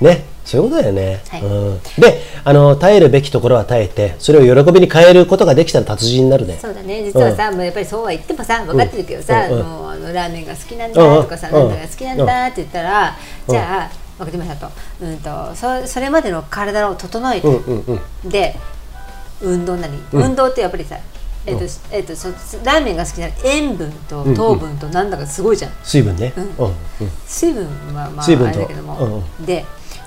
S2: ねそういうことだよね、
S1: はい
S2: うん、であの耐えるべきところは耐えてそれを喜びに変えることができたら達人になるね
S1: そうだね実はさ、もうやっぱりそうは言ってもさ分かってるけどさ、
S2: うんうん
S1: もうあのラーメンが好きなんだとかさ、
S2: うん
S1: なんだが好きなんだって言ったら、じゃあ分かりましたと,、うん、とそそれまでの体を整えて、
S2: うんうんうん
S1: で運動なり、運動ってやっぱりさえっ、と,、えっとそラーメンが好きなら塩分と糖分となんだかすごいじゃん、
S2: 水分ね、
S1: うん
S2: うんうん
S1: 水分はまああ
S2: 水分
S1: れ
S2: と
S1: だけども、
S2: うん
S1: で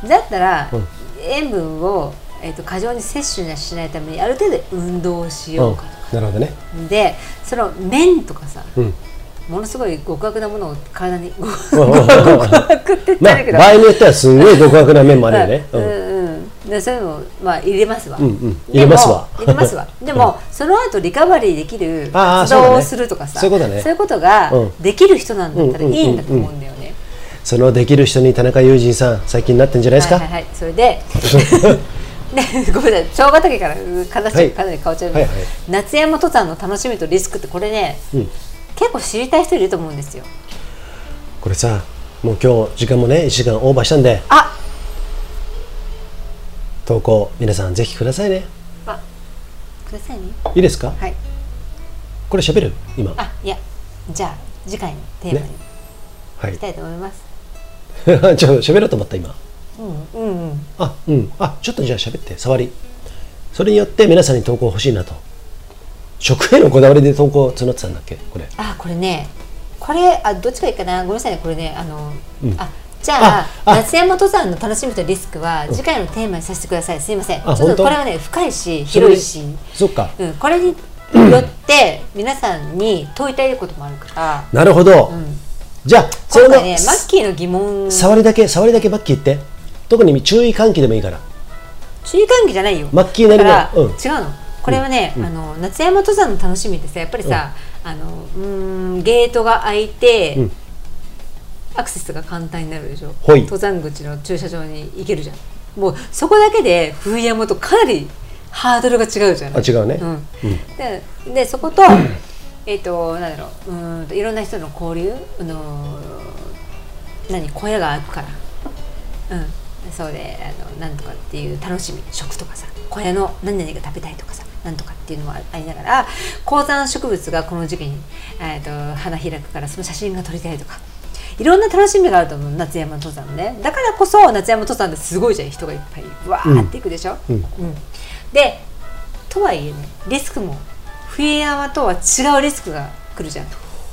S1: だったら、
S2: ん
S1: 塩分を、えっと過剰に摂取しないためにあ *laughs* る程度運動をしようかとか、
S2: なるほどね
S1: でその麺とかさ、
S2: うん
S1: ものすごい極悪なものを体
S2: *laughs*
S1: に極
S2: ま
S1: 悪って言ってるけど、
S2: あ場合によってはすごい極悪な面もあるよね。
S1: *laughs* う
S2: うんん
S1: うんでそういうのもまあ入れますわ、
S2: うんうん入れますわ
S1: でも入れますわでもその後リカバリーできる
S2: あー
S1: 活動をするとかさ
S2: そうだね
S1: そういうことが
S2: うん
S1: できる人なんだったら
S2: う
S1: い
S2: んうんうんうん
S1: いんだと思うんだよね、
S2: そのできる人に田中友人さん最近なってんじゃないですか。
S1: はいはいはい、それ
S2: *laughs*
S1: でね、ごめんなさい生姜岳からうん話
S2: はい
S1: がかなり変わっちゃう、
S2: はいはい
S1: 夏山登山の楽しみとリスクってこれね、
S2: うん
S1: 結構知りたい人いると思うんですよ
S2: これさもう今日時間もね1時間オーバーしたんで
S1: あ
S2: 投稿皆さんぜひくださいね。
S1: くださいね
S2: いいですか。
S1: はい
S2: これ喋る今。
S1: あいやじゃあ次回のテーマにい
S2: はい。
S1: きたいと思います、
S2: *laughs* ちょっと喋ろうと思った今。
S1: うんうんうん
S2: あうんあちょっとじゃあ喋って触り。それによって皆さんに投稿欲しいなと。食へのこだわりで投稿募ってたんだっけこれ。
S1: あこれねこれあどっちがいいかなごめんなさいねこれねあの、あじゃ
S2: あ
S1: あ
S2: あ
S1: 夏山登山の楽しみとリスクは次回のテーマにさせてくださいすいませんちょ
S2: あ
S1: っと
S2: 本当
S1: これはね深いし
S2: それ
S1: 広いし
S2: そっか。
S1: うん、これによって皆さんに問いたいこともあるから
S2: なるほど。じゃあそれ
S1: 今
S2: の
S1: 回ねマッキーの疑問
S2: 触りだけ触りだけマッキー言って。特に注意喚起でもいいから。
S1: 注意喚起じゃないよ
S2: マッキーなりの
S1: だから、
S2: うん
S1: 違うのこれはね、あの夏山登山の楽しみってさやっぱりさ、あのうーんゲートが開いて、
S2: うん
S1: アクセスが簡単になるでしょ
S2: ほい
S1: 登山口の駐車場に行けるじゃんもうそこだけで冬山とかなりハードルが違うじゃん
S2: あ違うね
S1: んででそこと、えっ、となんだろううーんといろんな人の交流あのー何小屋が開くからうん、そうであのなんとかっていう楽しみ食とかさ小屋の何々が食べたいとかさなんとかっていうのもありながら高山植物がこの時期に、えー、と花開くからその写真が撮りたいとかいろんな楽しみがあると思う夏山登山のねだからこそ夏山登山ってすごいじゃん人がいっぱいわーっていくでしょ、うんでとはいえねリスクも冬山とは違うリスクが来るじゃん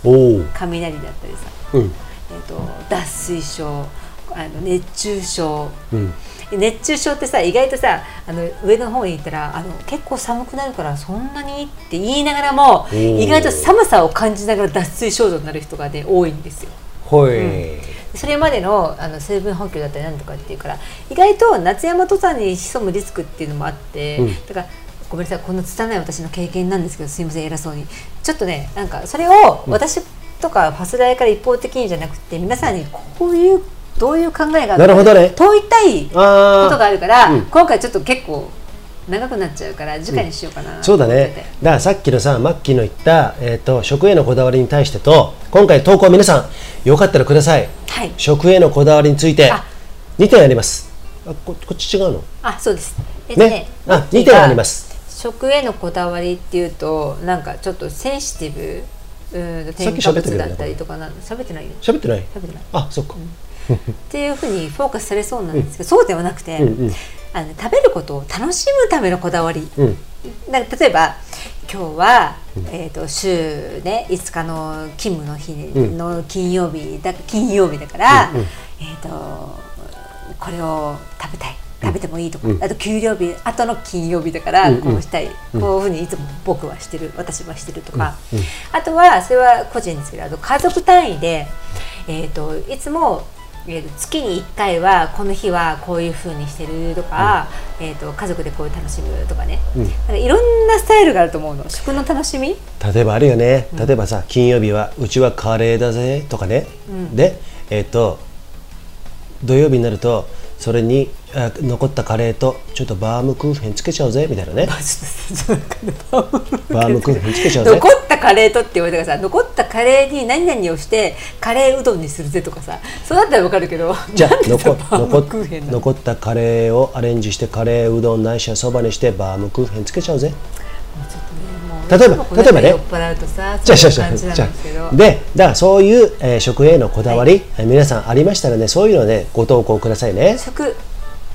S2: おお。
S1: 雷だったりさ
S2: うん
S1: えー、と脱水症あの熱中症、
S2: うん。
S1: 熱中症ってさ意外とさあの上の方に行ったらあの結構寒くなるからそんなにって言いながらも
S2: ー
S1: 意外と寒さを感じながら脱水症状になる人が、ね、多いんですよ。
S2: ほい。
S1: それまでのあの水分補給だったりなんとかっていうから意外と夏山登山に潜むリスクっていうのもあって、だからごめんなさいこの拙い私の経験なんですけどすいません偉そうにちょっとねなんかそれを私とかファスライから一方的にじゃなくて皆さんにこういうどういう考えがあ
S2: なるほどね
S1: 問いたいこと
S2: あー
S1: があるから、
S2: うん
S1: 今回ちょっと結構長くなっちゃうから次回にしようかな、
S2: そうだね。だからさっきのさ、マッキーの言った、えっ、と、食へのこだわりに対してと、今回投稿皆さん、よかったらください。
S1: はい
S2: 食へのこだわりについて
S1: あ、
S2: 2点あります。あ、ここっち違うの
S1: あそうですえっと
S2: ね。あ、2点あります。
S1: 食へのこだわりっていうとなんかちょっとセンシティブうーん
S2: さっ
S1: 添
S2: き喋
S1: 加
S2: ってたよ
S1: 物
S2: ね
S1: だったりとかなん喋ってないよ
S2: 喋ってない
S1: 喋ってないっ
S2: あ、そっか。
S1: ていうふうにフォーカスされそうなんですけど、そうではなくて、
S2: うんうん
S1: あの食べることを楽しむためのこだわり、
S2: うん。
S1: なんか例えば今日は、えー、と週、ね、5日の勤務の日の金曜日だ,、金曜日だから、えー、とこれを食べたい食べてもいいとか、あと給料日後の金曜日だからこうしたい、こういうふうにいつも僕はしてる私はしてるとか、あとはそれは個人ですけどあと家族単位で、えー、といつもえーと月に1回はこの日はこういうふうにしてるとか、えー、と家族でこういう楽しむとかね、なんかいろんなスタイルがあると思うの食の楽しみ
S2: 例えばあるよね。例えばさ、金曜日は、うちはカレーだぜ、とかね。で、えっ、と、土曜日になると、それにあ残ったカレーとちょっとバームクーヘンつけちゃおうぜみたいなねバームクーヘンつけちゃおうぜ
S1: 残ったカレーとって言われたからさ残ったカレーに何々をしてカレーうどんにするぜとかさそうだったらわかるけど
S2: じゃあ
S1: なんでさ
S2: 残
S1: バームクーヘンなの
S2: 残ったカレーをアレンジしてカレーうどんないしはそばにしてバームクーヘンつけちゃうぜ例えば
S1: もう
S2: 例えばね
S1: 酔っ払うとさ
S2: じゃあじ
S1: そ
S2: ゃあ
S1: うい
S2: じ
S1: う感じな
S2: ゃあ
S1: ん
S2: じゃ
S1: ですけど
S2: あでだからそういう、えー食へのこだわり、えー皆さんありましたらねそういうのねご投稿くださいね
S1: 食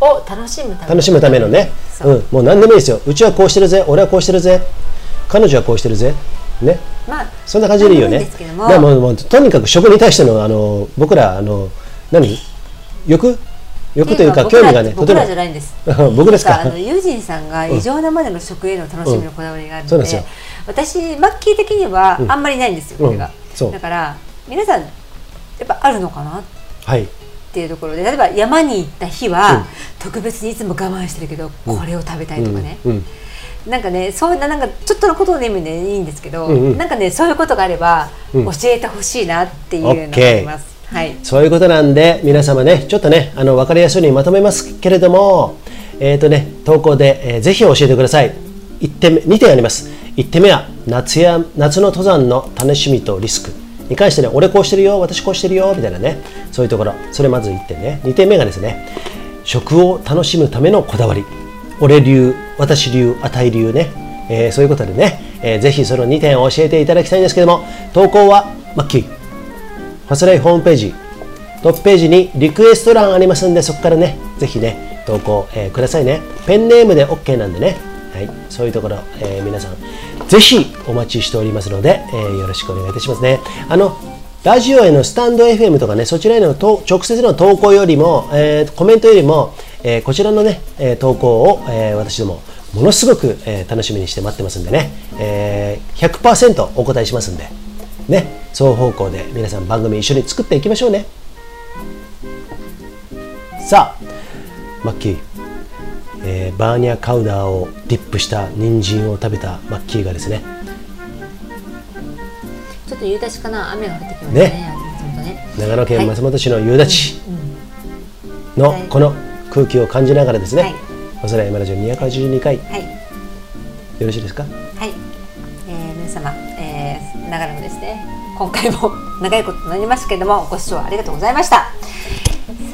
S1: を楽しむため
S2: 楽しむためのねう、、
S1: そうん
S2: もう何でもいいですようちはこうしてるぜ俺はこうしてるぜ彼女はこうしてるぜね
S1: まあ
S2: そんな感じでいいよ
S1: いいん
S2: ね
S1: ですけども
S2: だからもうもうとにかく食に対してのあの僕らあの何欲欲というか
S1: って
S2: 興
S1: う
S2: 味
S1: か
S2: がね
S1: 僕ら僕らじゃ
S2: と
S1: ないんです
S2: ても *laughs* 僕ですか
S1: あのユージンさんが異常なまでの食への楽しみのこだわりがある
S2: そ
S1: の
S2: う
S1: で,、
S2: なんですよ
S1: 私マッキー的にはあんまりないんですよ、これが、
S2: そう
S1: だから皆さんやっぱあるのかなっ
S2: はい
S1: ていうところで例えば山に行った日は、
S2: うん
S1: 特別にいつも我慢してるけど、これを食べたいとかね、
S2: うんうん
S1: なんかねそういうななんかちょっとのことの意味でいいんですけど、
S2: うんうん
S1: なんかねそういうことがあれば、
S2: うん
S1: 教えてほしいなっていうの
S2: オ
S1: が
S2: ッケー
S1: あります。はい、
S2: そういうことなんで皆様ねちょっとねあの分かりやすいようにまとめますけれどもえっ、とね投稿で、えーぜひ教えてください1点目2点あります1点目は夏や夏の登山の楽しみとリスクに関してね俺こうしてるよ私こうしてるよみたいなねそういうところそれまず1点ね2点目がですね食を楽しむためのこだわり俺流私流値流ね、えーそういうことでね、えーぜひその2点を教えていただきたいんですけども投稿はマッキーファスライフホームページトップページにリクエスト欄ありますんでそこからねぜひね投稿、えーくださいねペンネームで OK なんでね、はい、そういうところ、えー皆さんぜひお待ちしておりますので、えーよろしくお願いいたしますねあのラジオへのスタンド FM とかねそちらへのと直接の投稿よりも、えーコメントよりも、えーこちらのね、えー投稿を、えー私どもものすごく、えー楽しみにして待ってますんでね、えー100%お答えしますんでね双方向で皆さん番組一緒に作っていきましょうねさあマッキー、えーバーニャカウダーをディップした人参を食べたマッキーがですね
S6: ちょっと夕立かな雨が降ってきましたね
S2: ね
S6: ちょっとね
S2: 長野
S6: は
S2: 県
S6: い
S2: 松本市の夕立の
S6: はい
S2: この空気を感じながらですね、
S6: はい
S2: おさらいマラジオ282回よ
S1: はい
S2: ろしいですか
S1: はい、えー、皆様、えー、長野もですね今回も *laughs* 長いことになりますけれどもご視聴ありがとうございました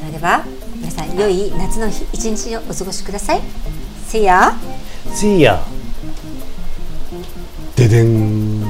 S1: それでは皆さん良い夏の日一日をお過ごしください See ya!
S2: See ya! ででん